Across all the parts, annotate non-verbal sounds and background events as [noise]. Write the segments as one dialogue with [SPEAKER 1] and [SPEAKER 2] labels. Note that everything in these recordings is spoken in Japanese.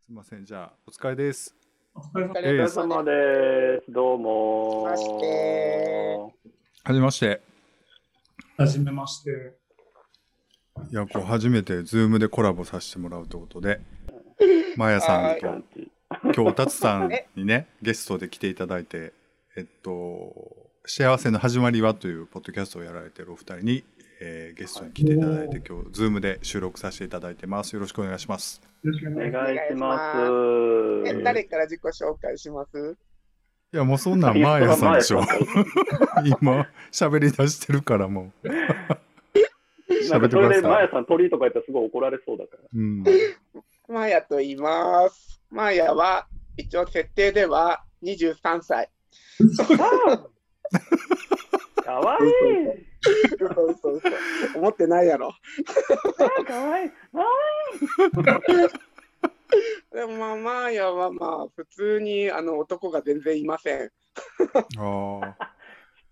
[SPEAKER 1] すみません、じゃあ、お疲れです。
[SPEAKER 2] お疲れ様
[SPEAKER 1] え
[SPEAKER 2] お
[SPEAKER 3] お疲
[SPEAKER 2] 疲
[SPEAKER 3] れ
[SPEAKER 2] れ
[SPEAKER 3] 様
[SPEAKER 2] 様
[SPEAKER 3] で
[SPEAKER 2] です。どうも。
[SPEAKER 3] まして
[SPEAKER 1] はじめまして。
[SPEAKER 2] はじめまして。
[SPEAKER 1] いや、こう、初めて、ズームでコラボさせてもらうということで、まやさん
[SPEAKER 2] キャン
[SPEAKER 1] と、
[SPEAKER 2] ティ
[SPEAKER 1] 今日、たつさんにね、ゲストで来ていただいて、えっと、幸せの始まりはというポッドキャストをやられてるお二人に、えーゲストに来ていただいて、今日、ズームで収録させていただいてます。よろしくお願いします。
[SPEAKER 2] よろしくお願い
[SPEAKER 3] お
[SPEAKER 2] しま
[SPEAKER 3] 願
[SPEAKER 2] す。い
[SPEAKER 3] いし
[SPEAKER 2] し
[SPEAKER 3] ま
[SPEAKER 2] ますす。
[SPEAKER 3] え
[SPEAKER 2] えー
[SPEAKER 3] 誰から自己紹介します
[SPEAKER 1] いや、もうそんなん、まやさんでしょ [laughs]
[SPEAKER 2] [laughs] ま。
[SPEAKER 1] 今、喋り出してるから、もう。
[SPEAKER 2] な
[SPEAKER 1] 喋
[SPEAKER 2] んか
[SPEAKER 1] って
[SPEAKER 2] そ
[SPEAKER 1] くだ
[SPEAKER 2] れで、ま
[SPEAKER 1] さい。
[SPEAKER 2] やさん、鳥とか言ったらすごい怒られそうだから。
[SPEAKER 1] うん。
[SPEAKER 3] マヤと言います。マヤは、一応設定では23歳。
[SPEAKER 1] [laughs]
[SPEAKER 2] かわいい。
[SPEAKER 3] そうそうそう。思ってないやろ。
[SPEAKER 2] かわいい。
[SPEAKER 3] でもまあ、マヤはまあ、普通にあの男が全然いません。
[SPEAKER 1] ああ。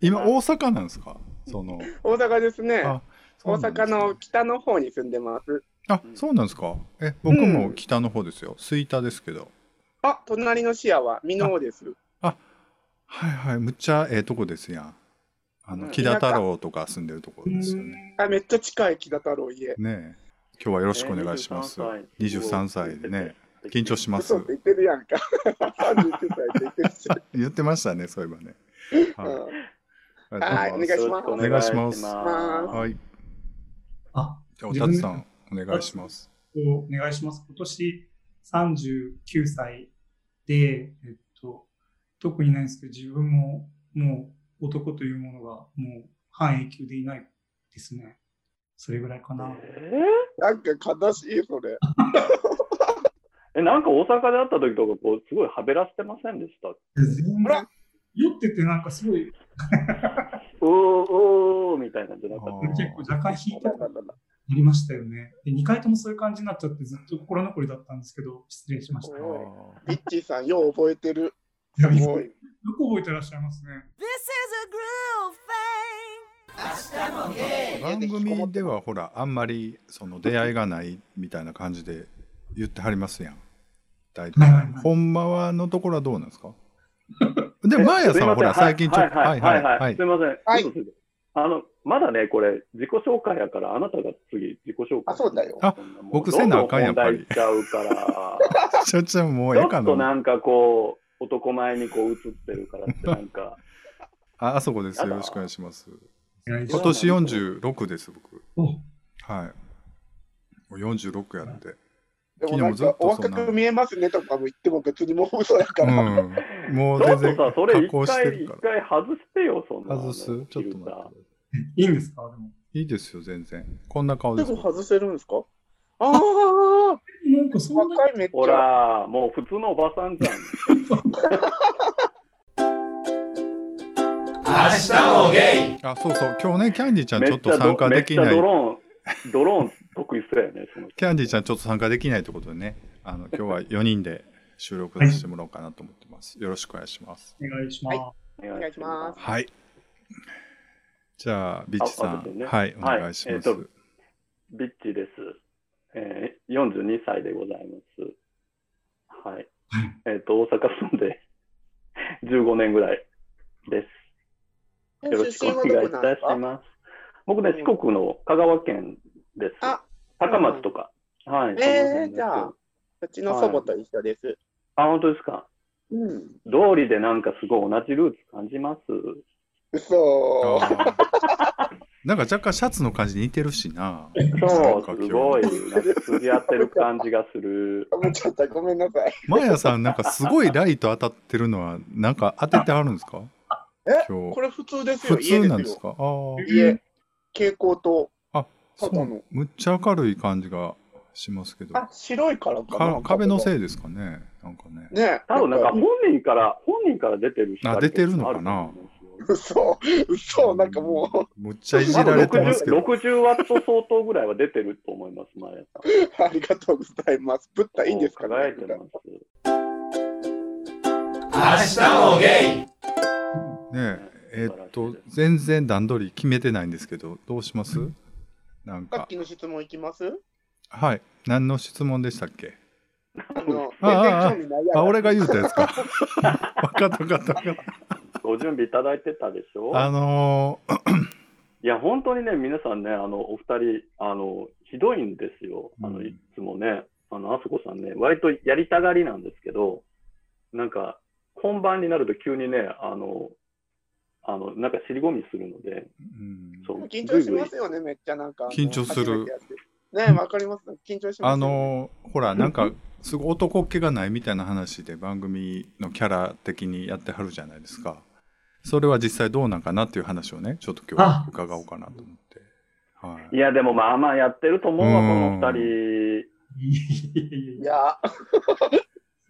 [SPEAKER 1] 今、大阪なんですかその。
[SPEAKER 3] 大阪ですね。
[SPEAKER 1] あそ
[SPEAKER 3] 大
[SPEAKER 1] うなんです
[SPEAKER 3] 阪
[SPEAKER 1] ね
[SPEAKER 3] の北の方に住んでます。
[SPEAKER 1] あ、そうなんですか。え、僕も北の方ですよ。吹田ですけど。
[SPEAKER 3] あ、隣の視野は美濃です。
[SPEAKER 1] はいはい、むっちゃええとこですやん。あの、
[SPEAKER 3] うん
[SPEAKER 1] 木田太郎とか住んでるところですよね。
[SPEAKER 3] あ、めっちゃ近い木田太郎家。
[SPEAKER 1] ねえ。今日はよろしくお願いします。23歳でね、緊張しま
[SPEAKER 3] 嘘
[SPEAKER 1] す
[SPEAKER 3] って。言ってるやんか。39歳って言ってるし。
[SPEAKER 1] 言ってましたね、そういえばね。
[SPEAKER 3] うん
[SPEAKER 1] い
[SPEAKER 3] はいお願いします
[SPEAKER 1] お願いします
[SPEAKER 3] は
[SPEAKER 1] はい。
[SPEAKER 2] あ、
[SPEAKER 1] じゃあ、おたつさん、お願いします。
[SPEAKER 2] お願いします。今年39歳で、えっと、特にないんですけど、自分ももう男というものがもう半永久でいないですね。それぐらいかな。
[SPEAKER 3] なんか悲しい、それ。
[SPEAKER 4] え、なんか大阪で会った時とか、こう、すごいはべらせてませんでした。う
[SPEAKER 2] 全
[SPEAKER 3] あら
[SPEAKER 2] 然酔っててなんかすごい
[SPEAKER 4] おー、おー、みたいなんじゃなかっ
[SPEAKER 1] あー
[SPEAKER 2] 結構若干引いて
[SPEAKER 3] だ
[SPEAKER 2] た
[SPEAKER 3] だ
[SPEAKER 2] あ
[SPEAKER 3] だだ
[SPEAKER 2] りましたよね。で2回ともそういう感じになっちゃってずっと心残りだったんですけど失礼しました。
[SPEAKER 3] お
[SPEAKER 2] い
[SPEAKER 3] ー
[SPEAKER 1] あ
[SPEAKER 3] リッチーさん、よう覚えてる。
[SPEAKER 2] や
[SPEAKER 3] す
[SPEAKER 2] よ
[SPEAKER 3] ごい。
[SPEAKER 2] く覚えてらっしゃいますね。
[SPEAKER 5] This is a groove thing.
[SPEAKER 1] ー番組ではほら、あんまりその出会いがないみたいな感じで言ってはりますやん。大体
[SPEAKER 2] はいはいはい。
[SPEAKER 1] ほんまはのところはどうなんです
[SPEAKER 4] [laughs]
[SPEAKER 1] かでも、マーヤ
[SPEAKER 4] た。
[SPEAKER 1] さんはほら、最近ちょっと、
[SPEAKER 4] はいはいはいはい。す
[SPEAKER 1] い。
[SPEAKER 4] みません。
[SPEAKER 3] はい
[SPEAKER 4] ちょっとすぐあの、まだね、これ、自己紹介やから、あなたが次、自己紹介。
[SPEAKER 3] あそうだよ
[SPEAKER 1] あ
[SPEAKER 4] そんなもう
[SPEAKER 1] 僕せなあかんやっぱり
[SPEAKER 4] どんどん本題行っちゃうか
[SPEAKER 1] ちょちょ、 [laughs] もうええ
[SPEAKER 4] ら。ちょ
[SPEAKER 1] か
[SPEAKER 4] っと
[SPEAKER 1] な。
[SPEAKER 4] なんかこう、男前にこう映ってるからって、なんか、
[SPEAKER 1] あ、あそこです。よ
[SPEAKER 4] やだ
[SPEAKER 1] ろしくお願いします。
[SPEAKER 2] お願いし
[SPEAKER 1] 今
[SPEAKER 2] ます
[SPEAKER 1] 年46です、僕。
[SPEAKER 2] お
[SPEAKER 1] はい。もう46やの
[SPEAKER 4] [laughs]
[SPEAKER 1] で。
[SPEAKER 3] でもなんか、お若く見えますねとかも言っても別にもう嘘やか
[SPEAKER 1] う
[SPEAKER 3] ら。
[SPEAKER 1] ん。 [laughs] もう
[SPEAKER 4] ちょ
[SPEAKER 1] 全
[SPEAKER 4] っと
[SPEAKER 1] 然
[SPEAKER 4] さ、それ
[SPEAKER 1] 加
[SPEAKER 4] 一
[SPEAKER 1] 工して
[SPEAKER 4] 回、
[SPEAKER 1] る
[SPEAKER 4] 一
[SPEAKER 1] から。
[SPEAKER 4] 回外してよ、そんなの。
[SPEAKER 1] 外すちょっと
[SPEAKER 4] フィル
[SPEAKER 1] 待
[SPEAKER 4] ター
[SPEAKER 1] って。
[SPEAKER 2] いいんですかでも。
[SPEAKER 1] いいですよ、全然。こんな顔
[SPEAKER 3] す
[SPEAKER 1] です
[SPEAKER 3] ぐ
[SPEAKER 1] もん。
[SPEAKER 3] 外せるんですかああ、
[SPEAKER 2] なんかそんな
[SPEAKER 3] 若いめっち
[SPEAKER 4] ほ
[SPEAKER 3] ゃ。
[SPEAKER 4] ら、もう普通のおばさんじゃ
[SPEAKER 1] [laughs]
[SPEAKER 4] ん。
[SPEAKER 1] あ、そうそう。今日ね、キャンディーちゃん
[SPEAKER 4] め
[SPEAKER 1] ちょっ
[SPEAKER 4] っち
[SPEAKER 1] と
[SPEAKER 4] ゃ
[SPEAKER 1] 参
[SPEAKER 4] ど
[SPEAKER 1] 加
[SPEAKER 4] め
[SPEAKER 1] で
[SPEAKER 4] っ
[SPEAKER 1] き
[SPEAKER 4] ちゃ
[SPEAKER 1] ない
[SPEAKER 4] ド。ローン、ドローン得意そうやね、その人。
[SPEAKER 1] キャンディーちゃんちょっと参加できないってことでね、あの今日は4人で収録させてもらおうかなと思ってます。よろしくお願いします。
[SPEAKER 2] お願いします。
[SPEAKER 3] お願いしますす。
[SPEAKER 1] はい。じゃあ、ビッチさ
[SPEAKER 4] あ
[SPEAKER 1] ん、
[SPEAKER 4] 私ね
[SPEAKER 1] はい、お
[SPEAKER 4] はい
[SPEAKER 1] 願いします。
[SPEAKER 4] えーとビッチです。えー、42歳でございます。はい。えっ、と、大阪住んで15年ぐらいです。よろしくお願いいたし
[SPEAKER 3] す
[SPEAKER 4] ます。僕ね、四国の香川県です。
[SPEAKER 3] あ
[SPEAKER 4] 高松とか。はい。
[SPEAKER 3] えー
[SPEAKER 4] その辺です
[SPEAKER 3] じゃあ。うちの祖母と一緒です。
[SPEAKER 4] あ、本当ですか。
[SPEAKER 3] うん。
[SPEAKER 4] 道理でなんかすごい同じルーツ感じます。
[SPEAKER 3] 嘘。
[SPEAKER 1] あーなんか若干シャツの感じ似てるしな。
[SPEAKER 4] そう、
[SPEAKER 1] なんか今日
[SPEAKER 4] すごい。なんか通じ合ってる感じがする。
[SPEAKER 3] かぶっちゃった。ごめんなさい。
[SPEAKER 1] マヤさん、なんかすごいライト当たってるのは、なんか当ててあるんですか
[SPEAKER 3] え
[SPEAKER 1] 今
[SPEAKER 3] こ
[SPEAKER 1] 日。
[SPEAKER 3] れ普通ですよ。
[SPEAKER 1] 普通なんです
[SPEAKER 3] よ。
[SPEAKER 1] かああー、
[SPEAKER 3] 家、蛍光灯。
[SPEAKER 1] そ
[SPEAKER 3] ただの
[SPEAKER 1] う。むっちゃ明るい感じがしますけど。
[SPEAKER 3] あ、白いからか
[SPEAKER 1] か
[SPEAKER 3] な。
[SPEAKER 1] 壁のせいですかね [laughs] なんかね。
[SPEAKER 3] ね。
[SPEAKER 4] 多分なんか本人から、本人から出てる
[SPEAKER 1] あ出てるのかな
[SPEAKER 3] 嘘。嘘。なんかもう。
[SPEAKER 1] むっちゃいじられてますけど。
[SPEAKER 4] 60, 60ワット相当ぐらいは出てると思います、前田さん。
[SPEAKER 3] ありがとうございます。ぶったいいんですかね。
[SPEAKER 4] 輝いてます。
[SPEAKER 1] ねえ、え
[SPEAKER 4] 素晴らしい
[SPEAKER 1] っと、全然段取り決めてないんですけど、どうしますなん
[SPEAKER 3] さっ
[SPEAKER 1] か、
[SPEAKER 3] きの質問いきます
[SPEAKER 1] はい、何の質問でしたっけ
[SPEAKER 3] の、
[SPEAKER 1] あ
[SPEAKER 3] 全然
[SPEAKER 1] ああ
[SPEAKER 3] 興味ないやつ
[SPEAKER 1] あ、俺が言うたやつ [laughs] か。分かった分かった分かっ
[SPEAKER 4] ご準備いただいてたでしょ
[SPEAKER 1] た。あのー、
[SPEAKER 4] いや、本当にね、皆さんね、あの、お二人、あの、ひどいんですよ。あ
[SPEAKER 1] う
[SPEAKER 4] の、
[SPEAKER 1] ん
[SPEAKER 4] いつもね、あの、あそこさんね、割とやりたがりなんですけど、なんか、本番になると急にね、あの、あの、なんか尻込みするので、
[SPEAKER 1] うん
[SPEAKER 4] そう、
[SPEAKER 3] 緊張し
[SPEAKER 4] ぐいぐい
[SPEAKER 3] ますよね、めっちゃなんか。
[SPEAKER 1] 緊張する
[SPEAKER 3] 初めてやって。ねわかります。緊張します、
[SPEAKER 1] あ、のーほらなんかすごい男っ気がないみたいな話で番組のキャラ的にやってはるじゃないですかそれは実際どうなんかなっていう話をねちょっと今日は伺おうかなと思ってはい
[SPEAKER 4] いや、でもまあまあやってると思うわ、この
[SPEAKER 1] う
[SPEAKER 4] 二人。
[SPEAKER 2] いやいやい
[SPEAKER 3] い
[SPEAKER 2] や、
[SPEAKER 3] や、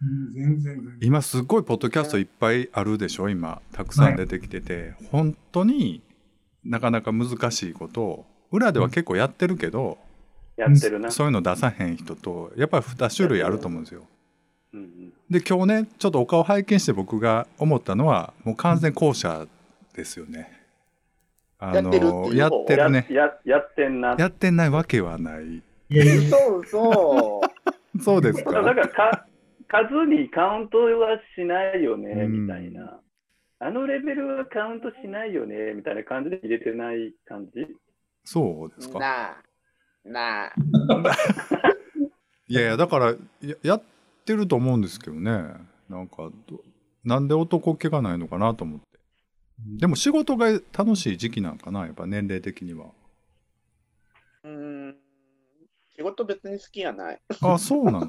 [SPEAKER 2] うん全然全然。
[SPEAKER 1] 今すっごいポッドキャストいっぱいあるでしょ今たくさん出てきてて、本当になかなか難しいことを裏では結構やってるけど、
[SPEAKER 4] やってるな。
[SPEAKER 1] そういうの出さへん人とやっぱり2種類あると思うんですよ
[SPEAKER 4] うんうん
[SPEAKER 1] で今日ねちょっとお顔拝見して僕が思ったのはもう完全後者ですよね。あ
[SPEAKER 3] やってるっていう方
[SPEAKER 1] やって
[SPEAKER 4] や
[SPEAKER 1] るね。
[SPEAKER 4] ややってんな。
[SPEAKER 1] やってないわけはない。
[SPEAKER 2] いやいやいや
[SPEAKER 3] そうそう。
[SPEAKER 1] そう
[SPEAKER 3] [laughs]
[SPEAKER 1] です
[SPEAKER 4] だか
[SPEAKER 1] から
[SPEAKER 4] か、数にカウントはしないよね、
[SPEAKER 1] うん
[SPEAKER 4] みたいな。あのレベルはカウントしないよね、みたいな感じで入れてない感じ。
[SPEAKER 1] そう [laughs] ですか。
[SPEAKER 3] なあ、なあ。
[SPEAKER 1] いやいやだからややってると思うんですけどね。なんかどなんで男っ気がないのかなと思って。でも仕事が楽しい時期なんかなやっぱ年齢的には。
[SPEAKER 3] うーん。仕事別に好きやない。
[SPEAKER 1] あそうなの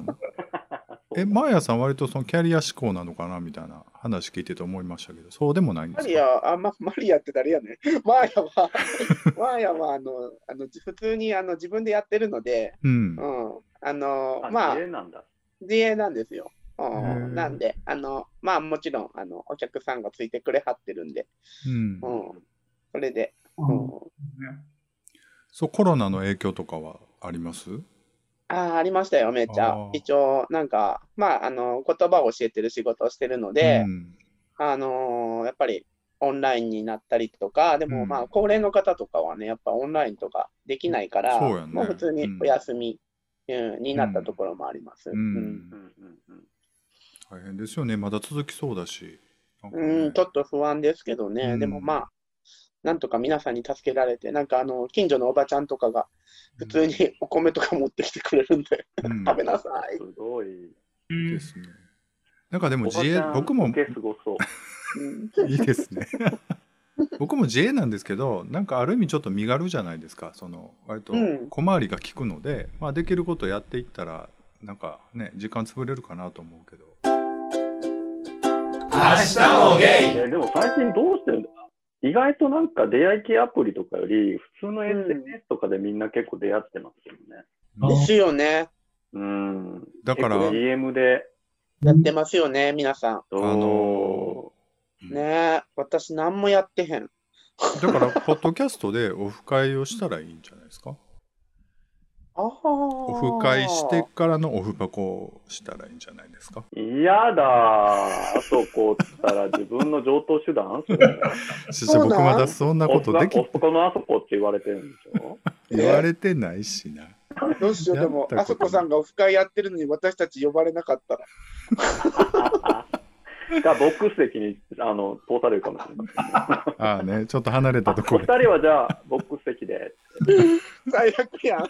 [SPEAKER 1] えマーヤさん割とそのキャリア志向なのかなみたいな話聞いてて思いましたけどそうでもないんで
[SPEAKER 3] マ
[SPEAKER 1] すか
[SPEAKER 3] リア、あ、ま、マリアって誰やねん。 [laughs] マーヤは、マーヤは、あの、あの普通にあの自分でやってるので、
[SPEAKER 1] うん
[SPEAKER 3] う。ん。あの、
[SPEAKER 4] あ、
[SPEAKER 3] まあ
[SPEAKER 4] 自、衛なんだ。
[SPEAKER 3] 自営なんですよ。う
[SPEAKER 1] ー
[SPEAKER 3] ん、なんで、あの、まあ、もちろん、あの、お客さんがついてくれはってるんで、
[SPEAKER 1] うん
[SPEAKER 3] うん。それで、
[SPEAKER 2] あ
[SPEAKER 3] う
[SPEAKER 2] の
[SPEAKER 3] ん
[SPEAKER 2] ね。
[SPEAKER 1] そうコロナの影響とかはあります
[SPEAKER 3] あーありましたよ、めっち
[SPEAKER 1] あ
[SPEAKER 3] ゃ
[SPEAKER 1] ー。
[SPEAKER 3] 一応、なんか、まあ、あの、言葉を教えてる仕事をしてるので、
[SPEAKER 1] うん
[SPEAKER 3] あのーやっぱりオンラインになったりとか、で
[SPEAKER 1] う
[SPEAKER 3] も
[SPEAKER 1] ん
[SPEAKER 3] まあ、高齢の方とかはね、やっぱオンラインとかできないから、
[SPEAKER 1] そうやね
[SPEAKER 3] もう普通にお休み、うんになったところもあります。
[SPEAKER 1] う
[SPEAKER 3] うん
[SPEAKER 1] ん
[SPEAKER 4] うんうんうん
[SPEAKER 1] 大変ですよねまだ続きそうだしなんかね
[SPEAKER 3] うん、ちょっと不安ですけどね、
[SPEAKER 1] うん
[SPEAKER 3] でもまあ、なんとか皆さんに助けられて、なんかあの近所のおばちゃんとかが、普通にお米とか持ってきてくれるんで、
[SPEAKER 1] うん
[SPEAKER 3] 食べなさい。
[SPEAKER 4] すごい。
[SPEAKER 2] うん
[SPEAKER 1] ですねなんかでも
[SPEAKER 4] お
[SPEAKER 1] 自
[SPEAKER 4] ばち
[SPEAKER 1] 衛
[SPEAKER 4] ゃん
[SPEAKER 1] 僕も
[SPEAKER 4] 受けすごそう。
[SPEAKER 3] うん
[SPEAKER 1] いいですね [laughs] 僕も自衛なんですけどなんかある意味ちょっと身軽じゃないですかその割と
[SPEAKER 3] うん
[SPEAKER 1] 小回りが利くので、まあ、できることやっていったらなんかね時間潰れるかなと思うけど
[SPEAKER 4] えでも最近どうしてるんだ意外となんか出会い系アプリとかより、普通の SNS とかでみんな結構出会ってますよね。
[SPEAKER 2] あ
[SPEAKER 3] ですよね、
[SPEAKER 4] うん。
[SPEAKER 1] だから
[SPEAKER 4] 結構 DM で、
[SPEAKER 3] やってますよね、皆さ
[SPEAKER 4] どう
[SPEAKER 1] あの
[SPEAKER 3] ん。ねえ私、何もやってへん。
[SPEAKER 1] だからポッドキャストでオフ会をしたらいいんじゃないですか
[SPEAKER 3] オ
[SPEAKER 1] オフ会してからのオフ箱をしたらいいんじゃないですか
[SPEAKER 4] 嫌だー、あそこったら自分の上等手段それ
[SPEAKER 1] そして僕
[SPEAKER 3] そうなん
[SPEAKER 1] まだそんなことでき
[SPEAKER 4] おっそこのあそこって言われてるんでしょ
[SPEAKER 1] 言われてないしな。
[SPEAKER 3] どうしよう、でも、
[SPEAKER 1] やった
[SPEAKER 3] あ
[SPEAKER 1] ことない
[SPEAKER 3] そこさんがオフ会やってるのに私たち呼ばれなかったら。
[SPEAKER 4] がボックス席にあの通されるかもしれない。
[SPEAKER 1] ああね、ちょっと離れたと
[SPEAKER 4] お
[SPEAKER 1] こ
[SPEAKER 4] 二
[SPEAKER 1] ろ
[SPEAKER 4] 人はじゃあ、ボックス席で。
[SPEAKER 3] 最悪
[SPEAKER 1] [laughs]
[SPEAKER 3] やん。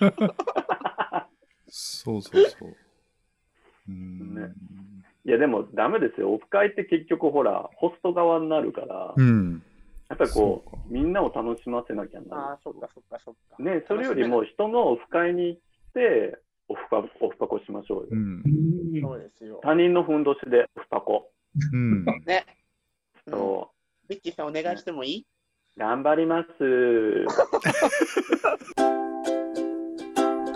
[SPEAKER 1] そうそうそう。うーん。
[SPEAKER 4] ねいや、でもダメですよ。オフ会って結局ほら、ホスト側になるから、
[SPEAKER 1] うん。
[SPEAKER 4] やっぱり
[SPEAKER 1] そ
[SPEAKER 4] こ
[SPEAKER 1] うか
[SPEAKER 4] う、みんなを楽しませなきゃ
[SPEAKER 3] あ
[SPEAKER 4] な
[SPEAKER 3] あ、そっかそっかそっか。
[SPEAKER 4] らない。ね、それよりも人のオフ会に行って、オフパオフパコしましょうよ。
[SPEAKER 1] うん
[SPEAKER 2] う。
[SPEAKER 3] そうんですよ。
[SPEAKER 4] 他人のふんどしでオフパコ。
[SPEAKER 1] うん。
[SPEAKER 3] ね。うん
[SPEAKER 4] そう
[SPEAKER 3] ビッキーさん、お願いしてもいい
[SPEAKER 4] 頑張ります。
[SPEAKER 2] イさんは今、ステ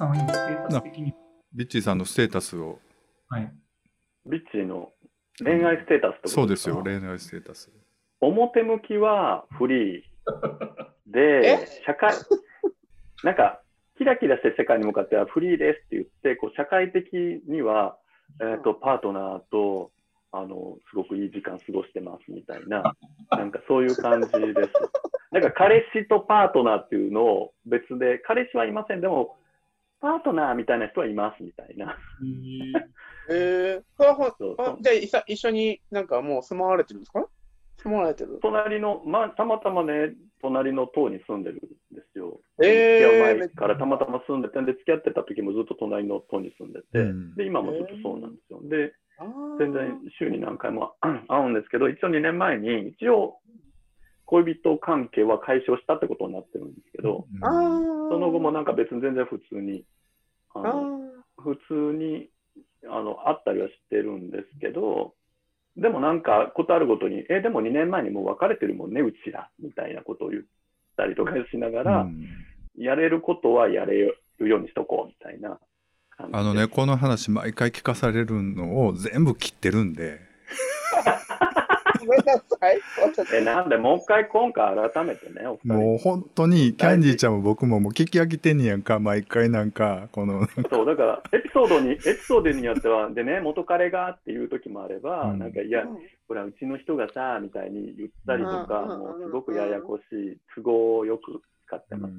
[SPEAKER 2] ータス的に。
[SPEAKER 1] ビッチーさんのステータスを。
[SPEAKER 2] はい。
[SPEAKER 4] ビッチーの恋愛ステータスってこと
[SPEAKER 1] そうですよ、
[SPEAKER 4] か
[SPEAKER 1] 恋愛ステータス。
[SPEAKER 4] 表向きはフリーで
[SPEAKER 3] え、
[SPEAKER 4] 社会、なんか、キラキラして世界に向かってはフリーですって言って、こう社会的には、えっとパートナーとあのすごくいい時間過ごしてますみたいな、なんかそういう感じです。なんか彼氏とパートナーっていうのを別で、彼氏はいません、でも、パートナーみたいな人はいますみたいな。
[SPEAKER 3] えー、それはほん
[SPEAKER 4] そう
[SPEAKER 3] あじゃあいさ一緒になんかもう住まわれてるんですか住まわれてる。
[SPEAKER 4] 隣の、まあ、たまたまね、隣の棟に住んでるんですよ。
[SPEAKER 3] えー
[SPEAKER 4] 付き合う前からたまたま住んでて、で、付き合ってた時もずっと隣の棟に住んでて、
[SPEAKER 1] うん
[SPEAKER 4] で、今もずっとそうなんですよ。で、
[SPEAKER 3] あー
[SPEAKER 4] 全然週に何回も [clears throat] 会うんですけど、一応2年前に、一応、恋人関係は解消したってことになってるんですけど、
[SPEAKER 3] あー
[SPEAKER 4] その後もなんか別に全然普通に、あ
[SPEAKER 3] あ
[SPEAKER 4] の普通にあの会ったりはしてるんですけど、でもなんか、ことあるごとに、え、でも2年前にもう別れてるもんね、うちら、みたいなことを言ったりとかしながら、
[SPEAKER 1] うん
[SPEAKER 4] やれることはやれるようにしとこう、みたいな感じで
[SPEAKER 1] あのね、この話毎回聞かされるのを全部切ってるんで、
[SPEAKER 3] ーごめんなさい。
[SPEAKER 4] [laughs] え、なんで、もう一回今回改めてね、お二人
[SPEAKER 1] もう本当にキャンディーちゃんも僕ももう聞き飽きてんねやんか、毎回なんか、この、
[SPEAKER 4] そう、だから、エピソードに、エピソードによっては、でね、元彼がっていう時もあれば、
[SPEAKER 1] うん
[SPEAKER 4] なんか、いや、ほら、うちの人がさ、みたいに言ったりとか、
[SPEAKER 3] うん
[SPEAKER 4] もうすごくややこしい、都合をよく使ってます。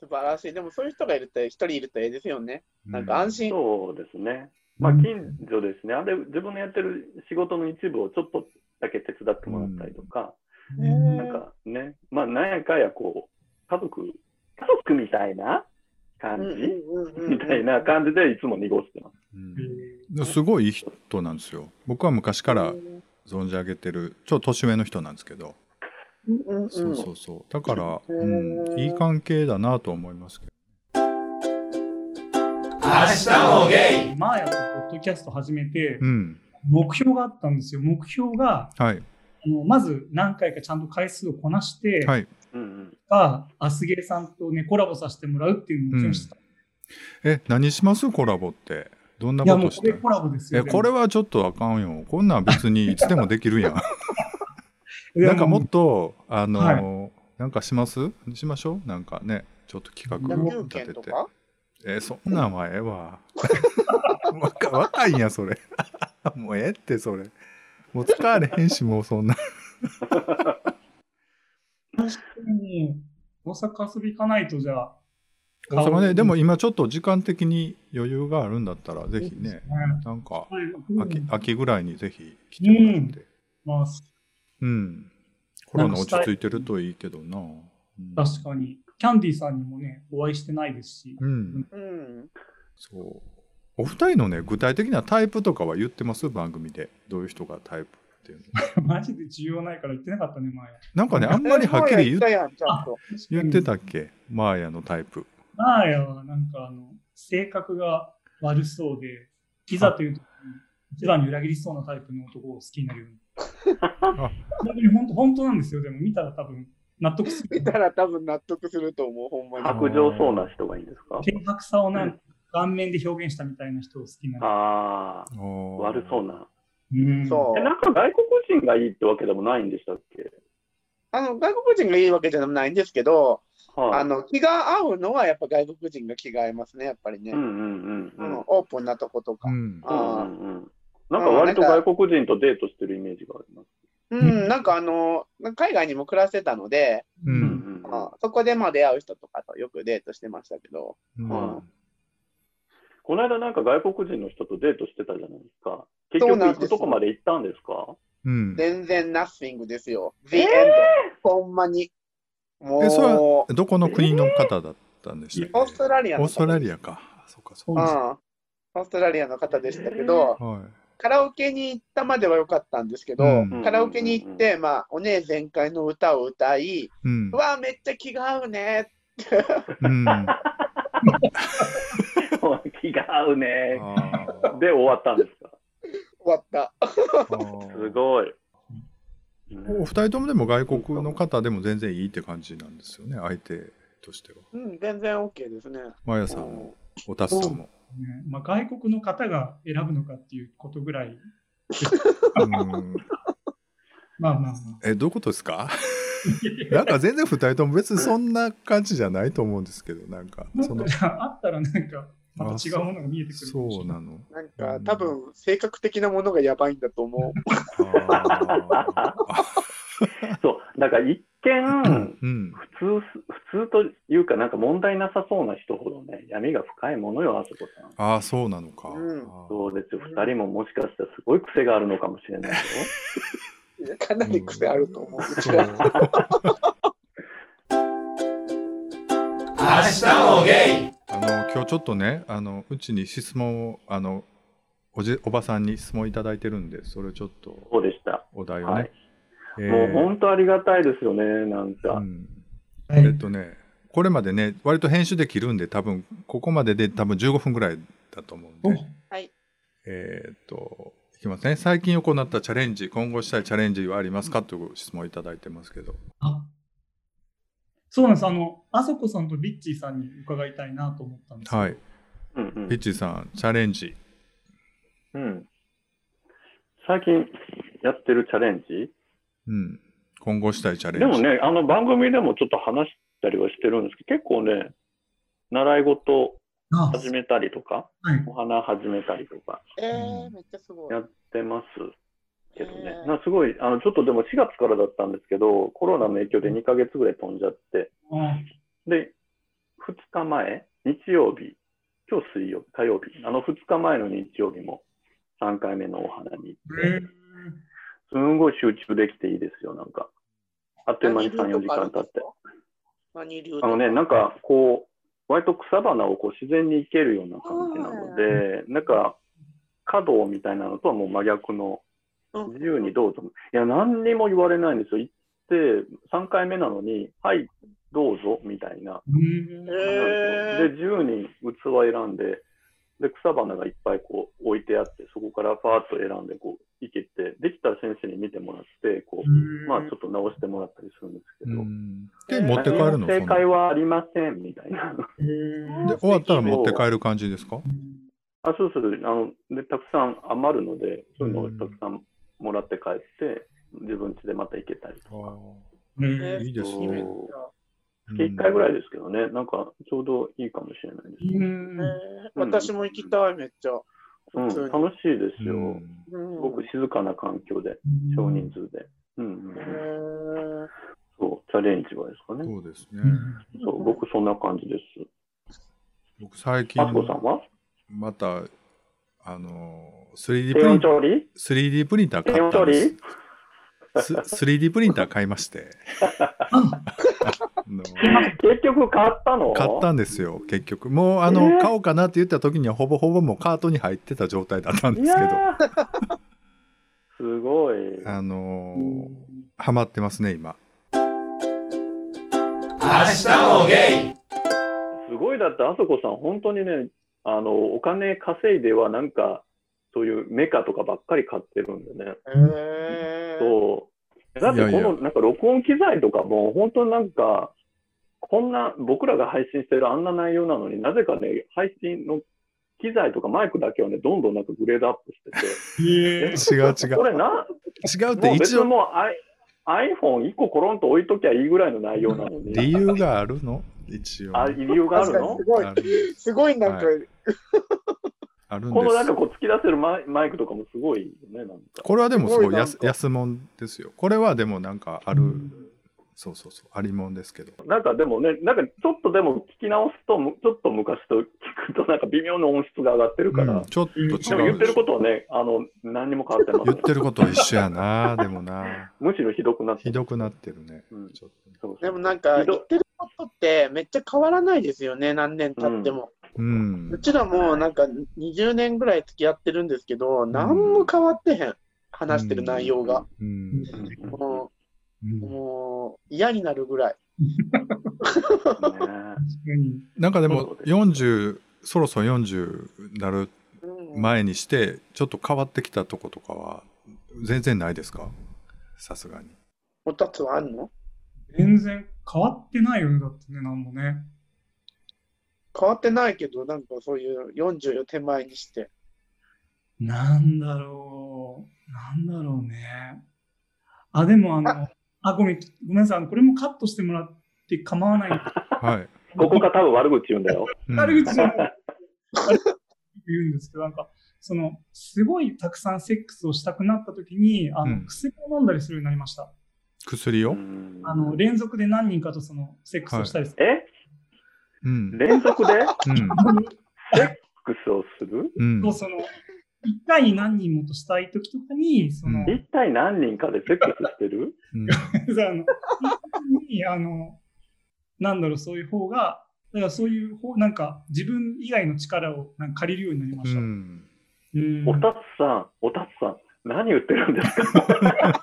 [SPEAKER 3] 素晴らしい。でもそういう人がいるって、一人いるとええですよね。なんか安心。
[SPEAKER 4] そうですね。まあ、近所ですね。あれ、自分のやってる仕事の一部をちょっとだけ手伝ってもらったりとか、
[SPEAKER 3] うん
[SPEAKER 4] なんかね、まあ、なんやかんやこう、家族、家族みたいな感じ、みたいな感じでいつも濁してます。
[SPEAKER 1] うん
[SPEAKER 2] え
[SPEAKER 1] うんすごいいい人なんですよ。僕は昔から存じ上げてる、ちょっと年上の人なんですけど、そうそうそう。だから、
[SPEAKER 3] うん
[SPEAKER 1] うんいい関係だなと思いますけど。
[SPEAKER 2] 日もゲイマーヤとポッドキャスト始めて
[SPEAKER 1] う、ん。
[SPEAKER 2] 目標があったんですよ。目標が、
[SPEAKER 1] はい。
[SPEAKER 2] あのまず何回かちゃんと回数をこなして、
[SPEAKER 1] はい。
[SPEAKER 4] うんうん。
[SPEAKER 2] がアスゲーさんとね、コラボさせてもらうっていうのをもちろんしてた。
[SPEAKER 1] え、何しますコラボって。どんない
[SPEAKER 2] や、
[SPEAKER 1] こ
[SPEAKER 2] も
[SPEAKER 1] と
[SPEAKER 2] う
[SPEAKER 1] し
[SPEAKER 2] こ
[SPEAKER 1] て
[SPEAKER 2] れコラボです
[SPEAKER 1] え、
[SPEAKER 2] よ。
[SPEAKER 1] これはちょっとあかんよ。こんなん別にいつでもできるやん。
[SPEAKER 2] でも
[SPEAKER 1] なんかもっと、あの
[SPEAKER 2] は
[SPEAKER 1] なんかしますしましょうなんかね、ちょっと企
[SPEAKER 3] 野
[SPEAKER 1] 画
[SPEAKER 3] 球
[SPEAKER 1] 立て
[SPEAKER 3] 券と
[SPEAKER 1] て。
[SPEAKER 3] か
[SPEAKER 1] えーそんなんはええわ。 [laughs] 若若いんや、それ。 [laughs] もうええって、それ。もう使われへんし、もうそんな。
[SPEAKER 2] うん大阪遊び行かないと、じゃあ。
[SPEAKER 1] 大阪ね、でも今ちょっと時間的に余裕があるんだったら、ぜひね、
[SPEAKER 2] は
[SPEAKER 1] なんか
[SPEAKER 2] い
[SPEAKER 1] 秋、秋ぐらいにぜひ来てもらって。
[SPEAKER 2] まあ、
[SPEAKER 1] うん。コロナ落ち着いてるといいけどな。うん
[SPEAKER 2] 確かに。キャンディーさんにもね、お会いしてないですし。 [laughs]
[SPEAKER 1] うん。
[SPEAKER 3] うん。
[SPEAKER 1] そう。お二人のね、具体的なタイプとかは言ってます番組で。どういう人がタイプっていうの。
[SPEAKER 2] [laughs] マジで需要ないから言ってなかったね、前。
[SPEAKER 1] なんかね、あんまりはっきり言っ
[SPEAKER 3] ったやん、ちゃんと。
[SPEAKER 1] 言ってたっけマーヤのタイプ。
[SPEAKER 2] マーヤはなんかあの、性格が悪そうで、いざという時に一番に裏切りそうなタイプの男を好きになるように。本当に本当本当なんですよ、でも見たら多分納得する
[SPEAKER 3] 見。たら多分納得すると思う、ほんまに。
[SPEAKER 4] 白状そうな人がいいんですか
[SPEAKER 2] 軽薄さをなんか顔面で表現したみたいな人を好きになる。
[SPEAKER 4] ああ、悪
[SPEAKER 1] 悪
[SPEAKER 4] そうな。
[SPEAKER 2] うん
[SPEAKER 3] そ
[SPEAKER 4] え、
[SPEAKER 3] う。
[SPEAKER 4] なんか外国人がいいってわけでもないんでしたっけ
[SPEAKER 3] あの、外国人がいいわけじゃないんですけど、
[SPEAKER 4] はい、
[SPEAKER 3] あの、気が合うのはやっぱ外国人が気が合いますね、やっぱりね。
[SPEAKER 4] うんうんうんう
[SPEAKER 3] あ
[SPEAKER 4] ん。
[SPEAKER 3] のオープンなとこと
[SPEAKER 1] う
[SPEAKER 3] か。
[SPEAKER 1] ん。
[SPEAKER 4] う
[SPEAKER 3] あー
[SPEAKER 4] んうんうんなんか割と外国人とデートしてるイメージがあります。
[SPEAKER 3] うん、なんかあの、海外にも暮らしてたので、
[SPEAKER 1] う。
[SPEAKER 4] うんんうん
[SPEAKER 3] あそこでまあ出会う人とかとよくデートしてましたけど、
[SPEAKER 1] うん
[SPEAKER 4] はいこの間なんか外国人の人とデートしてたじゃないですか。結
[SPEAKER 3] そう
[SPEAKER 4] 局
[SPEAKER 3] なん
[SPEAKER 4] 行
[SPEAKER 3] ですよ
[SPEAKER 4] くとこまで行ったんですか
[SPEAKER 1] うん。
[SPEAKER 3] 全然ナッシングですよ。
[SPEAKER 4] え
[SPEAKER 3] The
[SPEAKER 4] ー
[SPEAKER 3] end、ほんまに。もう、
[SPEAKER 1] えそれはどこの国の方だったんでしたっけ
[SPEAKER 3] オーストラリア
[SPEAKER 1] オ
[SPEAKER 3] の
[SPEAKER 1] ーストラ
[SPEAKER 3] リ
[SPEAKER 1] リアか。そっかそっ
[SPEAKER 3] ア、う
[SPEAKER 1] か。
[SPEAKER 3] ん、オーストラリアの方でしたけど、
[SPEAKER 1] は
[SPEAKER 3] カラオケに行ったまでは良かったんですけど、
[SPEAKER 1] うん
[SPEAKER 3] カラオケに行って、まあ、お姉全開の歌を歌い、
[SPEAKER 1] い。うん
[SPEAKER 3] う。わ、めっちゃ気が合うね。
[SPEAKER 1] うん。
[SPEAKER 3] [laughs]
[SPEAKER 1] あ
[SPEAKER 4] [laughs] 気が合うね。
[SPEAKER 1] ー
[SPEAKER 4] で終わったんですか
[SPEAKER 3] 終わった。
[SPEAKER 1] あー
[SPEAKER 4] すごい。 [laughs]
[SPEAKER 1] お二人ともでも外国の方でも全然いいって感じなんですよね、相手としては。
[SPEAKER 3] うん、全然 OK ですね。
[SPEAKER 1] マヤさんも、おたすさんも。
[SPEAKER 2] ねまあ、外国の方が選ぶのかっていうことぐらい、
[SPEAKER 1] うん
[SPEAKER 2] まあまあまあ。
[SPEAKER 1] え、どういうことですか [laughs] なんか全然二人とも別にそんな感じじゃないと思うんですけど、なんか、
[SPEAKER 2] な
[SPEAKER 1] [laughs] そ
[SPEAKER 2] ん
[SPEAKER 1] の
[SPEAKER 2] か、 [laughs] じゃああったらなんか、また違うものが見えてくるかもし
[SPEAKER 1] そう
[SPEAKER 2] れない
[SPEAKER 1] なの。
[SPEAKER 3] なんか、多分性格的なものがやばいんだと思う。
[SPEAKER 1] あー
[SPEAKER 4] そう、だから一見、
[SPEAKER 1] うん。
[SPEAKER 4] 普通す、普通というか、なんか問題なさそうな人ほどね、闇が深いものよ、あそこさん。
[SPEAKER 1] ああ、そうなのか。
[SPEAKER 3] うん
[SPEAKER 1] あー
[SPEAKER 4] そうですよ、2人ももしかしたらすごい癖があるのかもしれないよ。
[SPEAKER 3] [laughs] かなり癖あると思う。うちら
[SPEAKER 1] あの今日ちょっとねあのうちに質問をあのおじおばさんに質問いただいてるんでそれをちょっと
[SPEAKER 4] そうでした。
[SPEAKER 1] お題をね、
[SPEAKER 4] はい。
[SPEAKER 1] え
[SPEAKER 4] もう
[SPEAKER 1] ー
[SPEAKER 4] 本当ありがたいですよね、なん
[SPEAKER 1] う
[SPEAKER 4] か。
[SPEAKER 1] ん
[SPEAKER 2] はい
[SPEAKER 1] えっとねこれまでね割と編集で切るんで多分ここまでで多分15分ぐらいだと思うんでえーっといきますね最近行ったチャレンジ今後したいチャレンジはありますかという質問をいただいてますけど
[SPEAKER 2] あそうなんです。あの、あそこさんとビッチーさんに伺いたいなと思ったんですけど
[SPEAKER 1] はい
[SPEAKER 4] うんうん
[SPEAKER 1] ピッチーさんチャレンジ
[SPEAKER 4] うん、最近やってるチャレンジ
[SPEAKER 1] うん今後したいチャレン
[SPEAKER 4] で
[SPEAKER 1] ジ
[SPEAKER 4] もね、あの番組でもちょっと話したりはしてるんですけど、結構ね、習い事
[SPEAKER 2] あ
[SPEAKER 4] 始めたりとか、
[SPEAKER 2] はい
[SPEAKER 4] お花始めたりとか
[SPEAKER 3] えー、めっちゃすごい。
[SPEAKER 4] やってますけどね
[SPEAKER 3] え。ー
[SPEAKER 4] なすごい、あの、ちょっとでも4月からだったんですけど、コロナの影響で2ヶ月ぐらい飛んじゃって、
[SPEAKER 2] あ
[SPEAKER 4] で、2日前、日曜日、今日水曜日、火曜日、あの2日前の日曜日も3回目のお花に行って、
[SPEAKER 2] えー
[SPEAKER 4] すんごい集中できていいですよ、なんか。あっという間に3、4時間経って。。
[SPEAKER 3] 何流と
[SPEAKER 4] あ
[SPEAKER 3] か
[SPEAKER 4] のね、なんかこう、割と草花をこう自然に生けるような感じなので、なんか、華道みたいなのとはもう真逆の、
[SPEAKER 3] うん
[SPEAKER 4] 自由にどうぞ。いや、何にも言われないんですよ。行って、3回目なのに、はい、どうぞ、みたいな。
[SPEAKER 2] うん
[SPEAKER 3] え
[SPEAKER 4] で、
[SPEAKER 3] ー、
[SPEAKER 4] 自由に器選んで、で、草花がいっぱいこう置いてあって、そこからパーッと選んで、こう、いけて、できたら先生に見てもらって、こう、まあ、ちょっと直してもらったりするんですけ
[SPEAKER 1] う
[SPEAKER 4] ど、
[SPEAKER 1] んで持って帰るの
[SPEAKER 4] 正
[SPEAKER 1] その
[SPEAKER 4] 解はありません、みたいな。 [laughs]
[SPEAKER 2] えー
[SPEAKER 1] で終わったら持って帰る感じですか
[SPEAKER 4] あ、そうそう。あの、で、たくさん余るので、そういうのをたくさんもらって帰って、自分家でまた行けたりとか。
[SPEAKER 2] え
[SPEAKER 3] え
[SPEAKER 2] ー
[SPEAKER 3] ー
[SPEAKER 1] いいです
[SPEAKER 4] そう
[SPEAKER 1] ね。
[SPEAKER 4] 月1回ぐらい
[SPEAKER 1] で。
[SPEAKER 4] ですけどね、なんかちょうどいいかもしれないです。
[SPEAKER 2] うん
[SPEAKER 3] えー私も行きたい、めっちゃ。
[SPEAKER 4] う
[SPEAKER 3] 普通
[SPEAKER 4] ん、
[SPEAKER 3] に
[SPEAKER 4] 楽しいです
[SPEAKER 1] う
[SPEAKER 4] よ。
[SPEAKER 1] ん
[SPEAKER 3] うん
[SPEAKER 4] すごく静かな環境で、少人数で。うんうん
[SPEAKER 3] え
[SPEAKER 4] うん。
[SPEAKER 3] ー
[SPEAKER 4] そう、チャレンジはですかね。
[SPEAKER 1] そうですね
[SPEAKER 2] う。ん
[SPEAKER 4] そう、僕そんな感じです。
[SPEAKER 1] 僕最近
[SPEAKER 4] マツコさんは
[SPEAKER 1] またあの 3D プ
[SPEAKER 4] 低
[SPEAKER 1] リン
[SPEAKER 4] 温調理
[SPEAKER 1] 3D プリンター
[SPEAKER 4] 低
[SPEAKER 1] 買
[SPEAKER 4] 温
[SPEAKER 1] った
[SPEAKER 4] 調
[SPEAKER 1] んで
[SPEAKER 4] 理
[SPEAKER 1] す。す 3D プリンター買いまして。あの
[SPEAKER 4] [laughs] 結局買ったの
[SPEAKER 1] 買ったんですよ結局もうあの、
[SPEAKER 4] えー
[SPEAKER 1] 買おうかなって言った時にはほぼほぼもうカートに入ってた状態だったんで
[SPEAKER 4] い
[SPEAKER 1] す
[SPEAKER 4] や
[SPEAKER 1] けど
[SPEAKER 4] ー [laughs] すごい。
[SPEAKER 1] あのーハマってますね今
[SPEAKER 4] すごいだって、あそこさん、本当にね、あの、お金稼いでは、なんか、そういうメカとかばっかり買ってるんでね。
[SPEAKER 3] えー
[SPEAKER 4] そう。だって、この、
[SPEAKER 1] いやいや
[SPEAKER 4] なんか、録音機材とかも、本当になんか、こんな、僕らが配信してるあんな内容なのになぜかね、配信の機材とかマイクだけをね、どんどんなんかグレードアップして
[SPEAKER 2] えー
[SPEAKER 1] 違う [laughs] 違
[SPEAKER 4] て、こ
[SPEAKER 1] う
[SPEAKER 4] れな、
[SPEAKER 1] 違うって
[SPEAKER 4] もう別
[SPEAKER 1] 一
[SPEAKER 4] に
[SPEAKER 1] 応
[SPEAKER 4] もうアイ iPhone1 個コロンと置いときゃいいぐらいの内容なの
[SPEAKER 1] 理
[SPEAKER 4] に、
[SPEAKER 1] 由があるの一応
[SPEAKER 4] あ、理由があ
[SPEAKER 3] 確
[SPEAKER 4] る
[SPEAKER 3] かに
[SPEAKER 4] の
[SPEAKER 3] すごい
[SPEAKER 1] あ、る
[SPEAKER 3] すごいなんか、
[SPEAKER 1] は
[SPEAKER 3] え
[SPEAKER 1] あるん
[SPEAKER 4] こ
[SPEAKER 1] で
[SPEAKER 4] のなん
[SPEAKER 1] す
[SPEAKER 4] かこう突き出せるマイマイクとかもすごいよね、なんか。
[SPEAKER 1] これはでもすご
[SPEAKER 3] すごい
[SPEAKER 1] い
[SPEAKER 3] なんか
[SPEAKER 1] 安安もんですよこれはでもなんかある、
[SPEAKER 2] うん
[SPEAKER 1] そうそうそうありもんですけど
[SPEAKER 4] なんかでもね、なんかちょっとでも聞き直すと、むちょっと昔と聞くとなんか微妙な音質が上がってるから、
[SPEAKER 1] うんちょっと違うでし
[SPEAKER 4] で
[SPEAKER 1] ょ
[SPEAKER 4] も言ってることはね、あの、何にも変わってま
[SPEAKER 1] 言っ
[SPEAKER 4] せん。
[SPEAKER 1] てることは一緒やなでもな
[SPEAKER 4] むしろひどくなって
[SPEAKER 1] ひどくなってるね
[SPEAKER 4] うん
[SPEAKER 1] ちょっと
[SPEAKER 4] そ
[SPEAKER 3] ー
[SPEAKER 4] うそ
[SPEAKER 3] で
[SPEAKER 4] う
[SPEAKER 3] もなんか、
[SPEAKER 4] ひど
[SPEAKER 3] 言ってることってめっちゃ変わらないですよね、何年経っても。
[SPEAKER 1] うん
[SPEAKER 3] うちらもなんか20年ぐらい付き合ってるんですけど、何も変わってへん、話してる内容が。
[SPEAKER 1] うん
[SPEAKER 4] うん
[SPEAKER 3] も
[SPEAKER 1] うん
[SPEAKER 3] うもう嫌になるぐらい。
[SPEAKER 4] ね
[SPEAKER 2] 確かに
[SPEAKER 1] なんかで
[SPEAKER 4] そう
[SPEAKER 1] も
[SPEAKER 4] です
[SPEAKER 1] 40そろそろ40なる
[SPEAKER 3] うん
[SPEAKER 1] 前にしてちょっと変わってきたとことかは全然ないですかさすがに
[SPEAKER 3] おたつはあんの
[SPEAKER 2] 全然変わってないよね、だってね、なんもね。
[SPEAKER 3] 変わってないけど、なんかそういう40を手前にして。
[SPEAKER 2] なんだろう、なんだろうね。あ、でもあの、あごめん、ごめんなさい、あのこれもカットしてもらって構わない。
[SPEAKER 1] はい、
[SPEAKER 4] ここが多分悪口言うんだよ。
[SPEAKER 1] うん
[SPEAKER 2] 悪口じゃない。言うんですけど、なんか、その、すごいたくさんセックスをしたくなった時に、あの、
[SPEAKER 1] うん
[SPEAKER 2] 薬を飲んだりするようになりました。
[SPEAKER 1] 薬を、
[SPEAKER 4] うん
[SPEAKER 2] あの、連続で何人かとその、セックスをしたりする。
[SPEAKER 4] え
[SPEAKER 1] うん
[SPEAKER 4] 連続で
[SPEAKER 1] うん
[SPEAKER 4] セックスをする
[SPEAKER 1] うん
[SPEAKER 2] と、その、一回に何人もとしたいときとかに、その、
[SPEAKER 1] うん
[SPEAKER 4] 一体何人かでセックスしてる
[SPEAKER 1] うん
[SPEAKER 2] [laughs] あの、に、あの、なんだろう、そういう方が、だからそういう方、なんか、自分以外の力をなんか借りるようになりま
[SPEAKER 1] う
[SPEAKER 2] した。
[SPEAKER 1] ん
[SPEAKER 2] うん
[SPEAKER 4] おたつさん、おたつさん、何言ってるんですか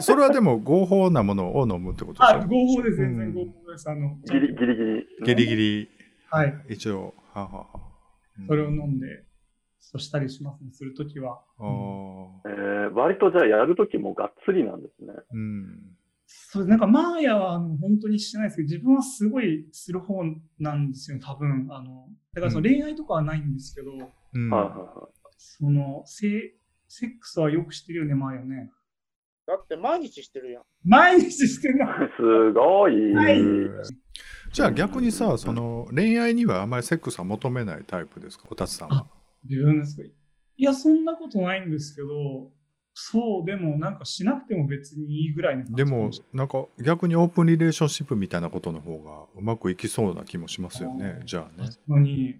[SPEAKER 1] それはでも合法なものを飲むってことでし
[SPEAKER 2] あ、
[SPEAKER 1] ょ
[SPEAKER 2] 合法です、全
[SPEAKER 1] うん
[SPEAKER 2] 然合法です。あの、
[SPEAKER 4] ギリギリギリ。
[SPEAKER 1] ギリギリ
[SPEAKER 2] はい。
[SPEAKER 1] 一応はあはあはあうん
[SPEAKER 2] それを飲んで、そうしたりしますね、するときは。
[SPEAKER 1] あー
[SPEAKER 4] えー割とじゃあやるときもがっつりなんですね。
[SPEAKER 1] うん
[SPEAKER 2] そうなんか、マーヤはあの本当にしてないですけど、自分はすごいする方なんですよ、多分。あの、だからその恋愛とかはないんですけど、
[SPEAKER 1] うん
[SPEAKER 4] はいはいはい。
[SPEAKER 2] その、セセックスはよくしてるよね、マーヤね。
[SPEAKER 3] だって毎日してるやん。
[SPEAKER 2] 毎日してるな。
[SPEAKER 4] すごい。
[SPEAKER 2] はい
[SPEAKER 1] じゃあ逆にさその恋愛にはあまりセックスは求めないタイプですかおたつさんは
[SPEAKER 2] 自分ですかいや、そんなことないんですけど、そう、でもなんかしなくても別にいいぐらいの感じ
[SPEAKER 1] でもなんか逆にオープンリレーションシップみたいなことの方がうまくいきそうな気もしますよね
[SPEAKER 2] あー
[SPEAKER 1] じゃあね、
[SPEAKER 2] のに、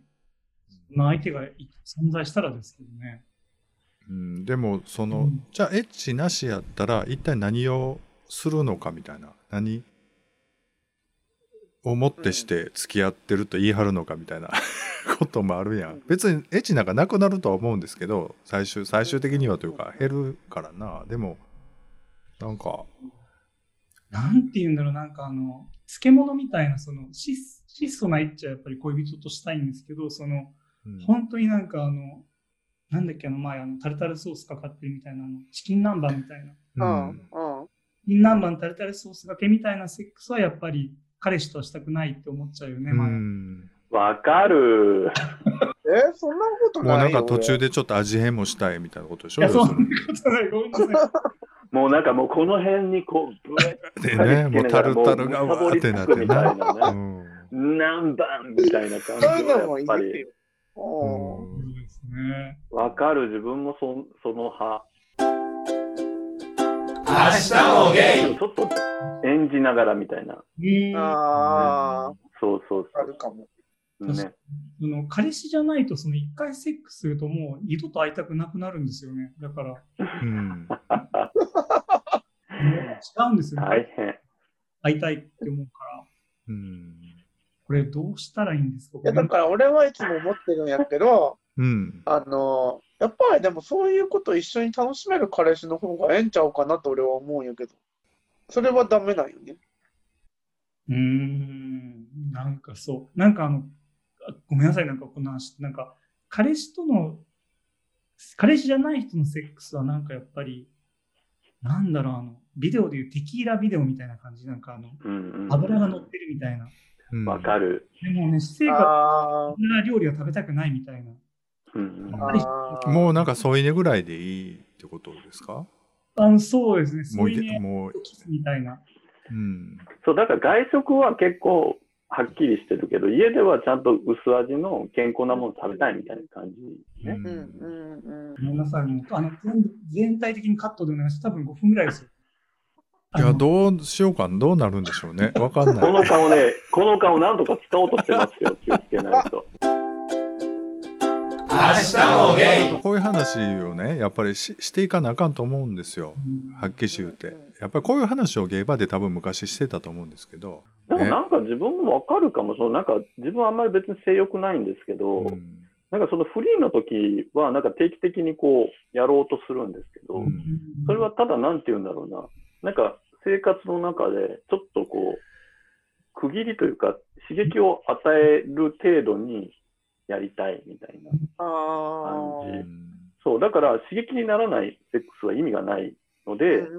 [SPEAKER 2] その相手がい存在したらですけどね。
[SPEAKER 1] うん、でもその、
[SPEAKER 2] うん
[SPEAKER 1] じゃあエッチなしやったら一体何をするのかみたいな何をもってして付き合ってると言い張るのかみたいなこともあるやん別にエッチなんかなくなるとは思うんですけど最終最終的にはというか減るからなでもなんか
[SPEAKER 2] なんて言うんだろう、なんかあの、漬物みたいな、その、質質素な一っちゃやっぱり恋人としたいんですけど、その、
[SPEAKER 1] うん
[SPEAKER 2] 本当になんかあの、なんだっけ、あの前、あの、タルタルソースかかってるみたいな、あの、チキン南蛮みたいな、チ
[SPEAKER 1] う
[SPEAKER 3] うん、うん
[SPEAKER 1] ん。
[SPEAKER 2] キン南蛮タルタルソースがけみたいなセックスはやっぱり、彼氏とはしたくないって思っちゃうよね、
[SPEAKER 1] う
[SPEAKER 2] 前。
[SPEAKER 1] ん
[SPEAKER 4] わか
[SPEAKER 3] え
[SPEAKER 4] る。
[SPEAKER 3] ーそんなこと
[SPEAKER 1] もう
[SPEAKER 3] な
[SPEAKER 1] ないん
[SPEAKER 3] よ
[SPEAKER 1] か途中でちょっと味変もしたいみたいなことでし
[SPEAKER 2] い
[SPEAKER 1] ょ
[SPEAKER 2] や、そ
[SPEAKER 1] 要
[SPEAKER 2] ん
[SPEAKER 1] す
[SPEAKER 2] な
[SPEAKER 1] る
[SPEAKER 2] こ
[SPEAKER 1] に
[SPEAKER 2] とない。ごめんなさい。
[SPEAKER 4] もうなんかもうこの辺にこう、ぶわっ
[SPEAKER 1] でねもうタルタルがわーってなって
[SPEAKER 4] みたいな
[SPEAKER 1] な、う
[SPEAKER 4] ね。
[SPEAKER 1] ん
[SPEAKER 4] 何番みたいな感
[SPEAKER 3] 俺
[SPEAKER 4] じは
[SPEAKER 3] そういうの
[SPEAKER 4] や
[SPEAKER 3] もい
[SPEAKER 4] っ
[SPEAKER 3] い
[SPEAKER 4] ぱ
[SPEAKER 3] です
[SPEAKER 4] り。
[SPEAKER 3] よ。うん
[SPEAKER 1] うん
[SPEAKER 2] そうですね。
[SPEAKER 4] わかる。自分もそその派。
[SPEAKER 6] 明日もゲイ
[SPEAKER 4] ちょっと演じながらみたいな。
[SPEAKER 2] うん
[SPEAKER 3] あ
[SPEAKER 4] そうそう
[SPEAKER 3] あ、あるかも。
[SPEAKER 4] そう。ね。
[SPEAKER 2] その彼氏じゃないと、その一回セックスするともう二度と会いたくなくなるんですよね。だから、
[SPEAKER 1] うん
[SPEAKER 2] 違うんですよね。
[SPEAKER 4] 大変。
[SPEAKER 2] 会いたいって思うから、
[SPEAKER 1] うん
[SPEAKER 2] これどうしたらいいんですか
[SPEAKER 3] いや、だから俺はいつも思ってるんやけど、
[SPEAKER 1] うん
[SPEAKER 3] あのー、やっぱりでもそういうこと一緒に楽しめる彼氏の方がええんちゃうかなと俺は思うんやけど。それはダメなんよね。
[SPEAKER 2] うーん、なんかそう。なんかあの、あごめんなさい、なんかこんな話。なんか、彼氏との、彼氏じゃない人のセックスはなんかやっぱり、なんだろう、あの、ビデオでいうテキーラビデオみたいな感じ。なんかあの、
[SPEAKER 4] うんうん
[SPEAKER 2] 油が乗ってるみたいな。
[SPEAKER 1] うん
[SPEAKER 4] わかる。
[SPEAKER 2] でもね、私生活、
[SPEAKER 3] あ
[SPEAKER 2] こんな料理は食べたくないみたいな。
[SPEAKER 4] うんうん
[SPEAKER 3] あ、ああ、
[SPEAKER 1] もうなんか添い寝ぐらいでいいってことですか
[SPEAKER 2] あのそうですね、
[SPEAKER 1] も
[SPEAKER 2] そうういう
[SPEAKER 1] い
[SPEAKER 2] ね、
[SPEAKER 1] もう、
[SPEAKER 2] キスみたいな。
[SPEAKER 1] うん、
[SPEAKER 4] そう、だから外食は結構はっきりしてるけど、家ではちゃんと薄味の健康なもの食べたいみたいな感じ
[SPEAKER 1] う
[SPEAKER 4] ね。
[SPEAKER 1] ん
[SPEAKER 3] うんうんうん。
[SPEAKER 2] ごめんなさい、もうあの全部全体的にカットでお願いします。多分5分ぐらいですよ。
[SPEAKER 1] い
[SPEAKER 2] あ
[SPEAKER 1] や
[SPEAKER 2] の
[SPEAKER 1] どうしようかどうなるんでしょうねわかん
[SPEAKER 4] こ
[SPEAKER 1] な
[SPEAKER 4] の
[SPEAKER 1] い
[SPEAKER 4] 顔ね、この顔なんとか使おうとしてますよ、気をつけな
[SPEAKER 1] [laughs]
[SPEAKER 4] いと。
[SPEAKER 6] 明日もゲイ
[SPEAKER 1] こういう話をねやっぱりししていかなあかんと思うんですよ
[SPEAKER 2] うん
[SPEAKER 1] はっきり言うてやっぱりこういう話をゲイバーで多分昔してたと思うんですけど、
[SPEAKER 4] でもなんか自分もわかるかも、そのなんか自分はあんまり別に性欲ないんですけど、
[SPEAKER 1] うん
[SPEAKER 4] なんかそのフリーの時はなんか定期的にこうやろうとするんですけど、
[SPEAKER 1] う
[SPEAKER 2] うんん
[SPEAKER 4] それはただなんて言うんだろうな、なんか生活の中でちょっとこう、区切りというか、刺激を与える程度にやりたいみたいな
[SPEAKER 3] ああ
[SPEAKER 4] 感
[SPEAKER 1] う
[SPEAKER 4] じ。
[SPEAKER 1] ん
[SPEAKER 4] そう、だから刺激にならないセックスは意味がないので、
[SPEAKER 3] うんうん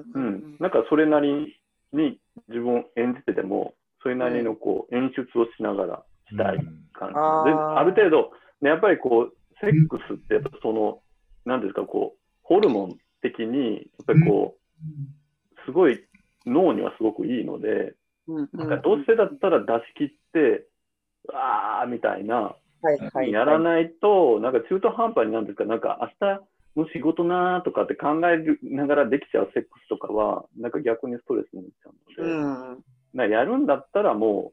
[SPEAKER 4] う、
[SPEAKER 3] うんん
[SPEAKER 4] なんかそれなりに自分を演じてても、それなりのこう演出をしながらしたい感じ。
[SPEAKER 3] あー
[SPEAKER 4] で、ある程度、ね、やっぱりこう、セックスってやっぱその、なんですか、こう、ホルモン的に、やっぱりこう、すごい脳にはすごくいいので、
[SPEAKER 3] うんうん。
[SPEAKER 4] なんかどうしてだったら出し切って、うわーみたいな、
[SPEAKER 3] はいはい。
[SPEAKER 4] やらないと、なんか中途半端になるんですか、なんか明日もう仕事なーとかって考えながらできちゃうセックスとかは、なんか逆にストレスになっちゃうので、
[SPEAKER 3] うん。
[SPEAKER 4] なんかやるんだったらもう、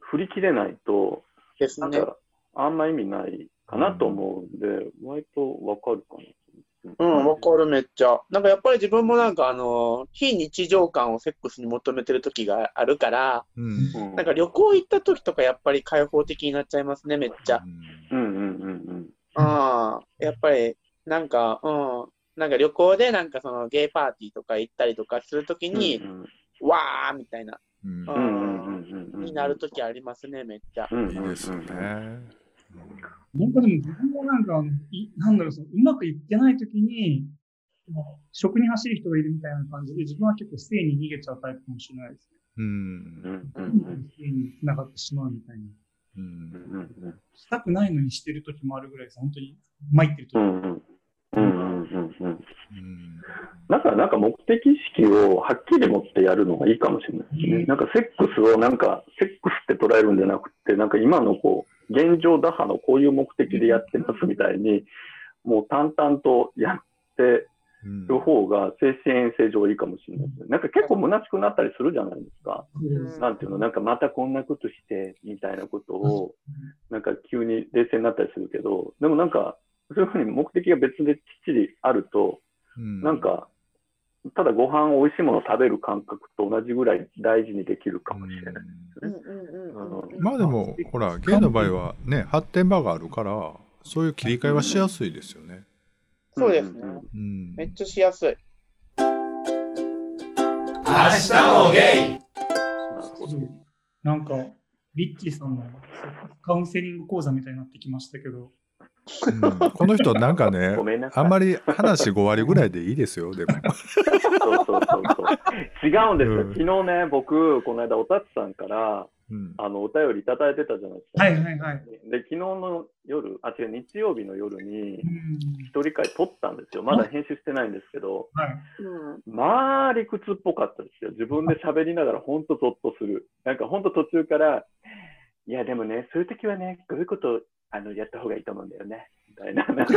[SPEAKER 4] 振り切れないと、
[SPEAKER 3] です
[SPEAKER 4] なん
[SPEAKER 3] ね。
[SPEAKER 4] か、あんま意味ないかなと思うんで、割とわかるかな。
[SPEAKER 3] うん、わかる、めっちゃ。なんかやっぱり自分もなんかあの、非日常感をセックスに求めてる時があるから、
[SPEAKER 1] うん
[SPEAKER 4] う。ん
[SPEAKER 3] なんか旅行行った時とかやっぱり開放的になっちゃいますね、めっちゃ。
[SPEAKER 4] うんうんうん
[SPEAKER 3] ああ、やっぱり、なんか、うん、なんか旅行で、なんかそのゲイパーティーとか行ったりとかするとき
[SPEAKER 4] うん。
[SPEAKER 3] に、
[SPEAKER 4] うん
[SPEAKER 3] わーみたいな、
[SPEAKER 1] うん
[SPEAKER 4] うんうんうんうん。
[SPEAKER 3] になるときありますね、めっちゃ。
[SPEAKER 4] うんうんうん
[SPEAKER 1] いいですよね。
[SPEAKER 2] なんかでも自分もなんかあの、いなんだろう、そのうまくいってないときに、もう食に走る人がいるみたいな感じで、自分は結構性に逃げちゃうタイプかもしれないですね。
[SPEAKER 1] うん
[SPEAKER 4] う。んう
[SPEAKER 2] 性
[SPEAKER 4] ん
[SPEAKER 2] に繋がってしまうみたいな。
[SPEAKER 1] う
[SPEAKER 4] うん
[SPEAKER 1] ん。
[SPEAKER 4] うん
[SPEAKER 2] したくないのにしてるときもあるぐらいです。本当に参ってると
[SPEAKER 4] う
[SPEAKER 2] き。
[SPEAKER 4] んうんうんうんうん。
[SPEAKER 1] うん。
[SPEAKER 4] だからなんか目的意識をはっきり持ってやるのがいいかもしれないですね。なんかセックスをなんか、セックスって捉えるんじゃなくて、なんか今のこう、現状打破のこういう目的でやってますみたいに、もう淡々とやって
[SPEAKER 1] うん
[SPEAKER 4] る方が精神衛生上いいかもしれないですね。なんか結構虚しくなったりするじゃないですか。
[SPEAKER 3] うん
[SPEAKER 4] なんていうの、なんかまたこんなことしてみたいなことを、なんか急に冷静になったりするけど、でもなんか、そういうふうに目的が別できっちりあると、なん、か、ただご飯を美味しいものを食べる感覚と同じぐらい大事にできるかもしれない。
[SPEAKER 3] うんうんうんうん
[SPEAKER 4] う
[SPEAKER 1] うんまあでも、ほら、ゲイの場合はね、発展場があるから、そういう切り替えはしやすいですよね。
[SPEAKER 3] そうですね。
[SPEAKER 1] うん。
[SPEAKER 3] めっちゃしやすい。
[SPEAKER 6] 明日もゲイ
[SPEAKER 4] なるほど
[SPEAKER 2] なんか、リッチーさんのカウンセリング講座みたいになってきましたけど、
[SPEAKER 1] うんこの人なんかね
[SPEAKER 4] [laughs] ご、めんなさ
[SPEAKER 1] あ
[SPEAKER 4] い。
[SPEAKER 1] んまり話5割ぐらいでいいですよ、でも。
[SPEAKER 4] そうそうそうそう。違うんですよ。
[SPEAKER 1] うん
[SPEAKER 4] 昨日ね、僕、この間、おたつさんから、
[SPEAKER 1] うん。
[SPEAKER 4] あの、お便りいただいてたじゃないですか。
[SPEAKER 2] はいはいはい。
[SPEAKER 4] で、昨日の夜、あ、違う、日曜日の夜に
[SPEAKER 2] う、ん。
[SPEAKER 4] 一人会撮ったんですよ。まだ編集してないんですけど、
[SPEAKER 2] はい。
[SPEAKER 3] うん。
[SPEAKER 4] まあ理屈っぽかったですよ。自分で喋りながらほんとゾッとする。なんかほんと途中から、いやでもね、そういう時はね、こういうことあのやった方がいいと思うんだよね。みたいな、なんか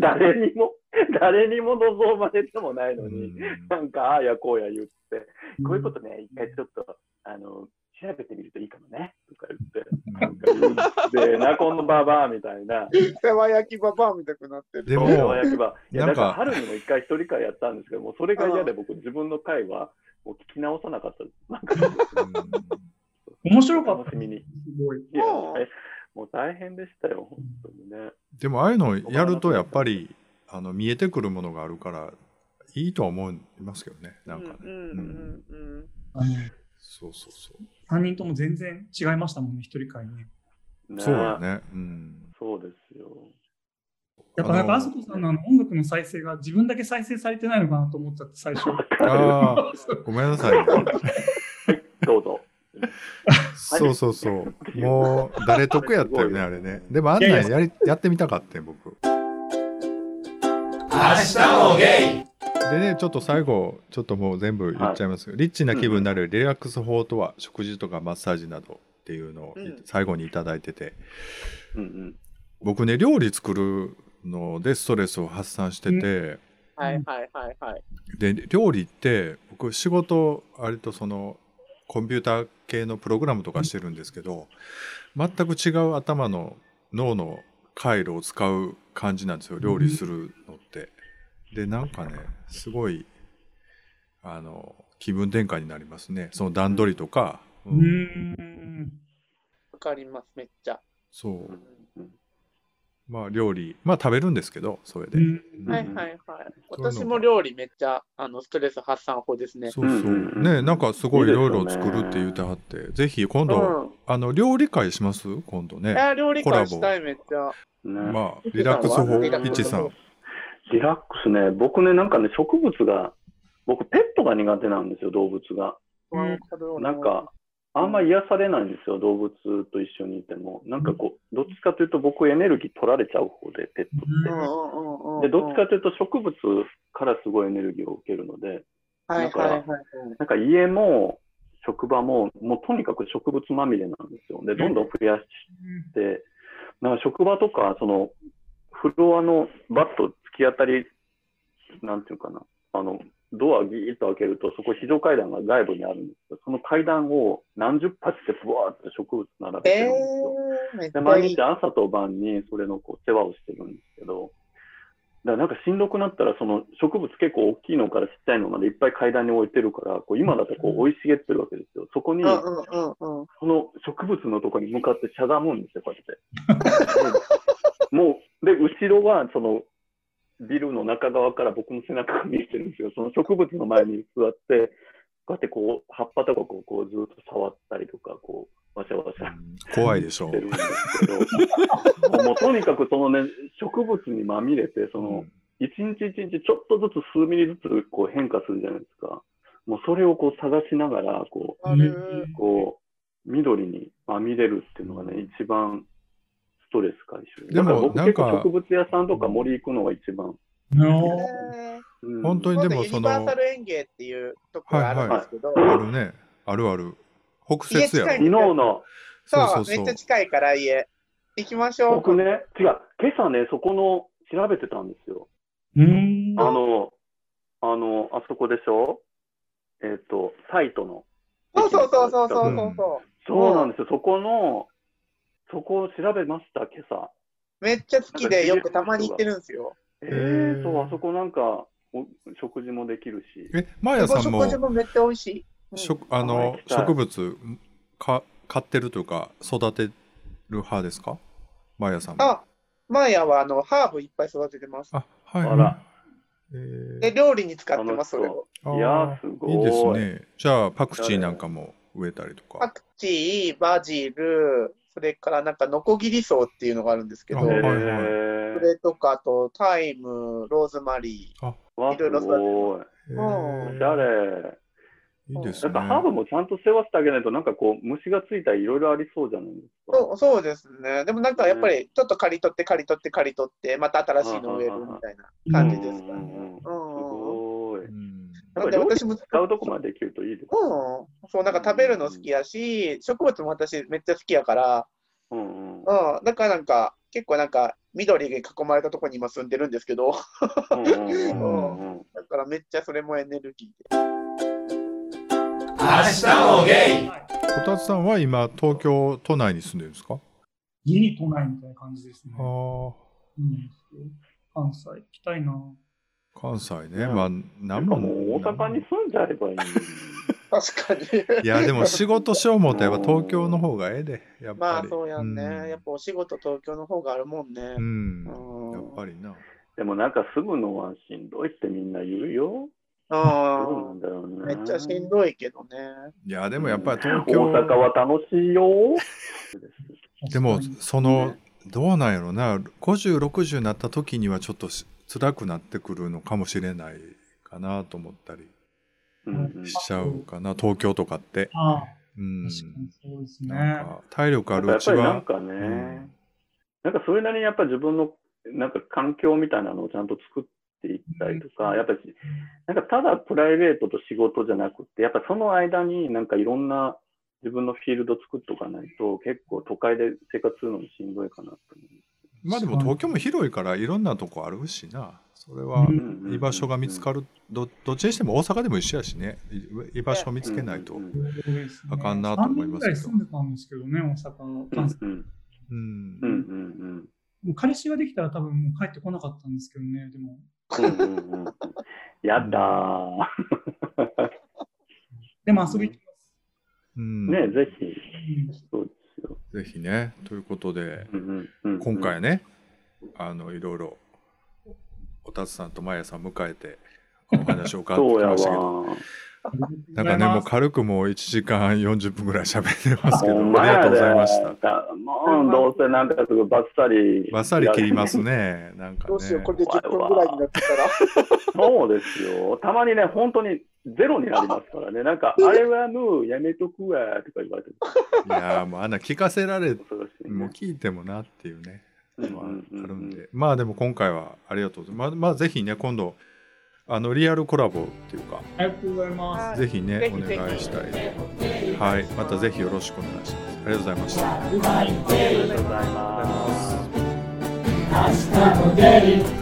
[SPEAKER 4] 誰にも、誰にも望まれてもないのに、なんかああやこうや言って、こういうことね、一回ちょっと、あの、調べてみるといいかもね、とか言って、なんか言 [laughs] って、ナコンのババアみたいな。
[SPEAKER 3] 世話焼きババアみたくなってる。
[SPEAKER 1] で
[SPEAKER 4] そう
[SPEAKER 1] も、
[SPEAKER 4] 焼き場いや
[SPEAKER 1] なん
[SPEAKER 4] だ
[SPEAKER 1] か
[SPEAKER 4] から春にも一回一人会やったんですけどもうそれが嫌で僕自分の会はもう聞き直さなかったですなんか
[SPEAKER 2] 面白かっ
[SPEAKER 4] 楽
[SPEAKER 2] た。
[SPEAKER 4] しみにい
[SPEAKER 2] すごい。
[SPEAKER 4] や
[SPEAKER 3] うん
[SPEAKER 4] えもう大変でしたよ本当にね
[SPEAKER 1] でもああいうのをやるとやっぱりあの見えてくるものがあるからいいとは思いますけどねなんかね、
[SPEAKER 3] うんうんうんうん。
[SPEAKER 2] あの、
[SPEAKER 1] そうそうそう
[SPEAKER 2] 3人とも全然違いましたもんね、一人会ね。
[SPEAKER 4] ね
[SPEAKER 1] そうだねうん
[SPEAKER 4] そうですよ
[SPEAKER 2] やっぱなんか、あそこさんのあの音楽の再生が自分だけ再生されてないのかなと思っちゃって、最初。
[SPEAKER 1] あーごめんなさい、ね、
[SPEAKER 4] どうぞ
[SPEAKER 1] そうそうそうもう誰得やったよね [laughs] あれねでもあんなんやりやってみたかった僕
[SPEAKER 6] 明日もゲイ
[SPEAKER 1] でねちょっと最後ちょっともう全部言っちゃいますけど、リッチな気分になるリラックス法とは食事とかマッサージなどっていうのを
[SPEAKER 3] うん
[SPEAKER 1] 最後にいただいてて、
[SPEAKER 4] うん
[SPEAKER 1] 僕ね料理作るのでストレスを発散してて、
[SPEAKER 3] はいはいはいはい。
[SPEAKER 1] で料理って僕仕事割とそのコンピューター系のプログラムとかしてるんですけど全く違う頭の脳の回路を使う感じなんですよ料理するのって。でなんかねすごいあの気分転換になりますねその段取りとか、
[SPEAKER 2] う
[SPEAKER 1] う
[SPEAKER 2] ー
[SPEAKER 1] ん
[SPEAKER 2] ん。
[SPEAKER 3] わかります、めっちゃ。
[SPEAKER 1] そううん
[SPEAKER 4] うん
[SPEAKER 1] まあ料理まあ食べるんですけどそれで。
[SPEAKER 2] うん
[SPEAKER 1] うん
[SPEAKER 3] はいはいは
[SPEAKER 1] そう
[SPEAKER 3] い。
[SPEAKER 1] いうのが
[SPEAKER 3] 私も料理めっちゃ、あの、ストレス発散法ですね。
[SPEAKER 1] そうそう
[SPEAKER 4] うんうんうん
[SPEAKER 1] ねなんかすごい
[SPEAKER 4] い
[SPEAKER 1] い
[SPEAKER 4] いです
[SPEAKER 1] ろい
[SPEAKER 4] よね
[SPEAKER 1] ろ作るって言うてはってぜひ今
[SPEAKER 3] う
[SPEAKER 1] 度、
[SPEAKER 3] ん。
[SPEAKER 1] あの料理会します今度
[SPEAKER 3] え
[SPEAKER 1] ね。
[SPEAKER 3] ー、料理会したい、めっちゃ。
[SPEAKER 4] ね
[SPEAKER 1] まあ、リラックス法、
[SPEAKER 3] リラッ
[SPEAKER 1] リッ
[SPEAKER 3] ク
[SPEAKER 1] チ
[SPEAKER 3] ス
[SPEAKER 1] さ
[SPEAKER 3] 法
[SPEAKER 1] ん。
[SPEAKER 4] リラックスね僕ねなんかね植物が僕ペットが苦手なんですよ動物が
[SPEAKER 2] うん
[SPEAKER 4] なんか、あんま癒されないんですよ、動物と一緒にいても。なんかこう、どっちかというと僕エネルギー取られちゃう方で、ペット。
[SPEAKER 3] うんうんうんうん。
[SPEAKER 4] で、どっちかというと植物からすごいエネルギーを受けるので、
[SPEAKER 3] はいはいはいはい。
[SPEAKER 4] なんか家も職場も、もうとにかく植物まみれなんですよ。で、どんどん増やして、なんか職場とか、その、フロアのバット突き当たり、なんていうかな、あの、ドアギーッと開けると、そこ非常階段が外部にあるんですけど、その階段を何十発ってブワーって植物並べて
[SPEAKER 3] え
[SPEAKER 4] るんですよ。
[SPEAKER 3] ー、めっち
[SPEAKER 4] で
[SPEAKER 3] ゃ
[SPEAKER 4] 毎
[SPEAKER 3] いい
[SPEAKER 4] 日。朝と晩にそれのこう世話をしてるんですけど、だからなんかしんどくなったら、その植物結構大きいのからちっちゃいのまでいっぱい階段に置いてるから、こう今だとこう生い茂ってるわけですよ。そこに、
[SPEAKER 3] うんうんうんうん。
[SPEAKER 4] その植物のとこに向かってしゃがむんですよ、こうやって。
[SPEAKER 3] [laughs]
[SPEAKER 4] でもう、で、後ろはそのビルの中側から僕の背中が見えてるんですよ。その植物の前に座って、こうやってこう葉っぱとかこうこうずっと触ったりとか、こう、わしゃわしゃ
[SPEAKER 1] 怖いでしょ
[SPEAKER 4] し
[SPEAKER 1] う
[SPEAKER 4] て。るんですけど、もうとにかくそのね、植物にまみれて、その、一日一日ちょっとずつ数ミリずつこう変化するじゃないですか。もうそれをこう探しながら、こ
[SPEAKER 3] ある。
[SPEAKER 4] う、こう、緑にまみれるっていうのがね、一番ストレス解消。
[SPEAKER 1] で
[SPEAKER 4] だ
[SPEAKER 1] も
[SPEAKER 4] から僕
[SPEAKER 1] なん
[SPEAKER 4] 結
[SPEAKER 1] か
[SPEAKER 4] 構植物屋さんとか森行くのが一番。
[SPEAKER 2] の
[SPEAKER 3] えー
[SPEAKER 4] うん
[SPEAKER 1] 本当に
[SPEAKER 3] 今
[SPEAKER 1] で
[SPEAKER 3] 度
[SPEAKER 1] も
[SPEAKER 3] ユ
[SPEAKER 1] そ
[SPEAKER 3] ニ
[SPEAKER 1] の
[SPEAKER 3] バーサル園芸っていうところがあるんですけど、
[SPEAKER 1] あるね。あるある。北節やろ
[SPEAKER 3] 家近。い
[SPEAKER 4] 昨日の、
[SPEAKER 1] そう
[SPEAKER 3] そ
[SPEAKER 1] そううそ
[SPEAKER 3] めっ
[SPEAKER 1] う
[SPEAKER 3] ちゃ。近いから家。行きましょう。
[SPEAKER 4] 僕ね、違う、今朝ね、そこの調べてたんですよ。
[SPEAKER 2] うん。
[SPEAKER 4] あの、あの、あそこでしょえっ、と、サイトの。
[SPEAKER 3] そうそうそうそうそううんそうそう。
[SPEAKER 4] そうなんですよ。そこの、そこを調べました、今朝。
[SPEAKER 3] めっちゃ好きで、よくたまに行ってるんですよ。
[SPEAKER 4] え
[SPEAKER 1] へー
[SPEAKER 4] ー、そう、あそこなんか、お食事もできるし。
[SPEAKER 1] え、マーヤ
[SPEAKER 3] お
[SPEAKER 1] さん
[SPEAKER 3] 食事
[SPEAKER 1] も
[SPEAKER 3] もめっちゃ美味しい。うん
[SPEAKER 1] 食あの
[SPEAKER 4] あ行きたい
[SPEAKER 1] 植物か買ってるというか育てる派ですかマーヤさんも。
[SPEAKER 3] あ、マーヤはあのハーブいっぱい育ててます。
[SPEAKER 1] あ、はい。
[SPEAKER 4] あら
[SPEAKER 1] えー
[SPEAKER 3] で、料理に使ってます、そ
[SPEAKER 4] 楽
[SPEAKER 3] れ
[SPEAKER 4] し
[SPEAKER 3] を。
[SPEAKER 1] あー
[SPEAKER 4] いやー、すごい。
[SPEAKER 1] いいですね。じゃあ、パクチーなんかも植えたりと
[SPEAKER 3] パ
[SPEAKER 1] か。
[SPEAKER 3] クチー、バジル、それからなんかノコギリソウっていうのがあるんですけど、
[SPEAKER 1] あ
[SPEAKER 4] え
[SPEAKER 1] はい
[SPEAKER 3] そ
[SPEAKER 1] はい
[SPEAKER 3] れとかあとタイム、ローズマリ
[SPEAKER 4] ー、わ、
[SPEAKER 3] いろいろ
[SPEAKER 4] すごい。
[SPEAKER 1] え
[SPEAKER 3] うん
[SPEAKER 4] おしゃれ。
[SPEAKER 1] いいです
[SPEAKER 4] な
[SPEAKER 1] ね
[SPEAKER 4] ん。かハーブもちゃんと世話してあげないと、なんかこう、虫がついたりいろいろありそうじゃないです
[SPEAKER 3] ー。
[SPEAKER 4] か。
[SPEAKER 3] そうそうですね。でもなんかやっぱりちょっと刈り取って刈り取って刈り取って、また新しいの植えるみたいな感じですか
[SPEAKER 4] う
[SPEAKER 3] ね。
[SPEAKER 4] んうんうんす
[SPEAKER 3] うんうん。
[SPEAKER 4] ごい。
[SPEAKER 1] うん
[SPEAKER 4] やっぱ
[SPEAKER 3] で
[SPEAKER 4] り
[SPEAKER 3] 私も
[SPEAKER 4] 使うとこまでできるといいですね。
[SPEAKER 3] うん、そうなんか食べるの好きやし、植物も私めっちゃ好きやから、
[SPEAKER 4] うんうん。
[SPEAKER 3] うん、だからなんか結構なんか緑に囲まれたところに今住んでるんですけど、
[SPEAKER 4] うんうんうんうんうん。
[SPEAKER 3] だからめっちゃそれもエネルギーで。
[SPEAKER 6] 明日もゲイ
[SPEAKER 1] こたつさんは今、東京都内に住んでるんですか
[SPEAKER 2] 家に来ないみたいな感じですね。
[SPEAKER 1] あ
[SPEAKER 2] うん、関西行きたいな。
[SPEAKER 1] あ、関西ね。
[SPEAKER 4] うん
[SPEAKER 1] まあ、なん
[SPEAKER 4] も
[SPEAKER 1] も。
[SPEAKER 4] う大阪に住んじゃえばいいのに。
[SPEAKER 3] 確かに。
[SPEAKER 1] いや、でも
[SPEAKER 3] [laughs]
[SPEAKER 1] 仕事しようもったらやっぱ東京の方がええで。やっぱり。
[SPEAKER 3] まあそうやんね、
[SPEAKER 1] うん
[SPEAKER 3] やっぱお仕事東京の方があるもんね
[SPEAKER 1] う。ん。
[SPEAKER 3] うん。
[SPEAKER 1] やっぱりな。
[SPEAKER 4] でもなんかすぐのはしんどいってみんな言うよ。どうな
[SPEAKER 3] うん
[SPEAKER 4] だろうね。
[SPEAKER 3] ん。めっちゃしんどいけどね。
[SPEAKER 1] いや、でもやっぱり東
[SPEAKER 4] 大
[SPEAKER 1] 京。
[SPEAKER 4] 阪は楽しいよ。
[SPEAKER 1] でも
[SPEAKER 2] 確かに
[SPEAKER 1] そのどうなんやろな5060になった時にはちょっとし辛くなってくるのかもしれないかなと思ったり
[SPEAKER 4] うん
[SPEAKER 1] しちゃうかな東京とかって
[SPEAKER 2] ああ、
[SPEAKER 1] うん
[SPEAKER 2] 確かにそうですね。
[SPEAKER 1] なんか体力あ
[SPEAKER 4] やっ
[SPEAKER 1] るうち
[SPEAKER 4] ぱりなん
[SPEAKER 1] は
[SPEAKER 4] かね、
[SPEAKER 1] ん
[SPEAKER 4] なんかそれなりにやっぱ自分のなんか環境みたいなのをちゃんと作っていったりとか、やっぱりなんかただプライベートと仕事じゃなくて、やっぱその間になんかいろんな自分のフィールド作っとかないと、結構都会で生活するのもしんどいかなと
[SPEAKER 1] まあでも東京も広いからいろんなとこあるしなそれは
[SPEAKER 2] うん
[SPEAKER 4] 思う。
[SPEAKER 1] 居場所が見つか
[SPEAKER 4] る
[SPEAKER 1] るどどっちにしても大阪でも一緒やしねい居場所を見つけないと
[SPEAKER 4] うん
[SPEAKER 2] そうですね
[SPEAKER 1] あかんなと思いますけど
[SPEAKER 2] 3年ぐらい住んでたんですけどね、大阪、
[SPEAKER 4] うん
[SPEAKER 2] 関西。
[SPEAKER 1] うん
[SPEAKER 4] うんうん
[SPEAKER 2] もう彼氏ができたら多分もう帰ってこなかったんですけどね、でも。
[SPEAKER 4] うんうんうんうんやだー。
[SPEAKER 2] でも遊び行きます。
[SPEAKER 1] うん
[SPEAKER 4] ねぜひ。
[SPEAKER 2] うん
[SPEAKER 4] そうですよ。
[SPEAKER 1] ぜひねということで
[SPEAKER 4] うんうんうんうん
[SPEAKER 1] 今回はね、あのいろいろおたつさんとまやさん迎えてお話を伺って
[SPEAKER 4] [laughs] そう
[SPEAKER 1] き
[SPEAKER 4] や
[SPEAKER 1] ま
[SPEAKER 4] わ
[SPEAKER 1] したけど
[SPEAKER 4] ー。
[SPEAKER 1] なんかねもう
[SPEAKER 2] か
[SPEAKER 1] 軽くもう1時間40分ぐらい喋ってますけど
[SPEAKER 4] ほん
[SPEAKER 1] あ
[SPEAKER 4] ま
[SPEAKER 1] り
[SPEAKER 4] や
[SPEAKER 1] がと
[SPEAKER 4] で
[SPEAKER 1] うございました。
[SPEAKER 4] もう、どうせなんかすぐバッサリ。
[SPEAKER 1] バッサリ切ります
[SPEAKER 4] [laughs]
[SPEAKER 1] ねなんか
[SPEAKER 3] どうしよう、
[SPEAKER 1] ね
[SPEAKER 3] これで10分ぐらいになってたら。
[SPEAKER 4] そうですよ。たまにね、本当にゼロになりますからね。なんか、あれはもうやめとくわとか言われて、
[SPEAKER 1] いやーもうあんな聞かせられ
[SPEAKER 4] 恐ろしいね
[SPEAKER 1] もう聞いてもなっていうね
[SPEAKER 4] うん
[SPEAKER 1] のは
[SPEAKER 4] うん
[SPEAKER 1] あるん
[SPEAKER 4] うん
[SPEAKER 1] でまあでも今回はありがとうございますまあまあぜひね今度あのリアルコラボっていうか
[SPEAKER 2] ありがとうございます。
[SPEAKER 1] ぜひね
[SPEAKER 3] ぜ
[SPEAKER 1] お
[SPEAKER 3] ひぜひ
[SPEAKER 1] 願いしたいはいまたぜひよろしくお願いしますありがとうございました
[SPEAKER 4] ありがとうございま
[SPEAKER 6] 明明日もゲ
[SPEAKER 4] す。
[SPEAKER 6] イ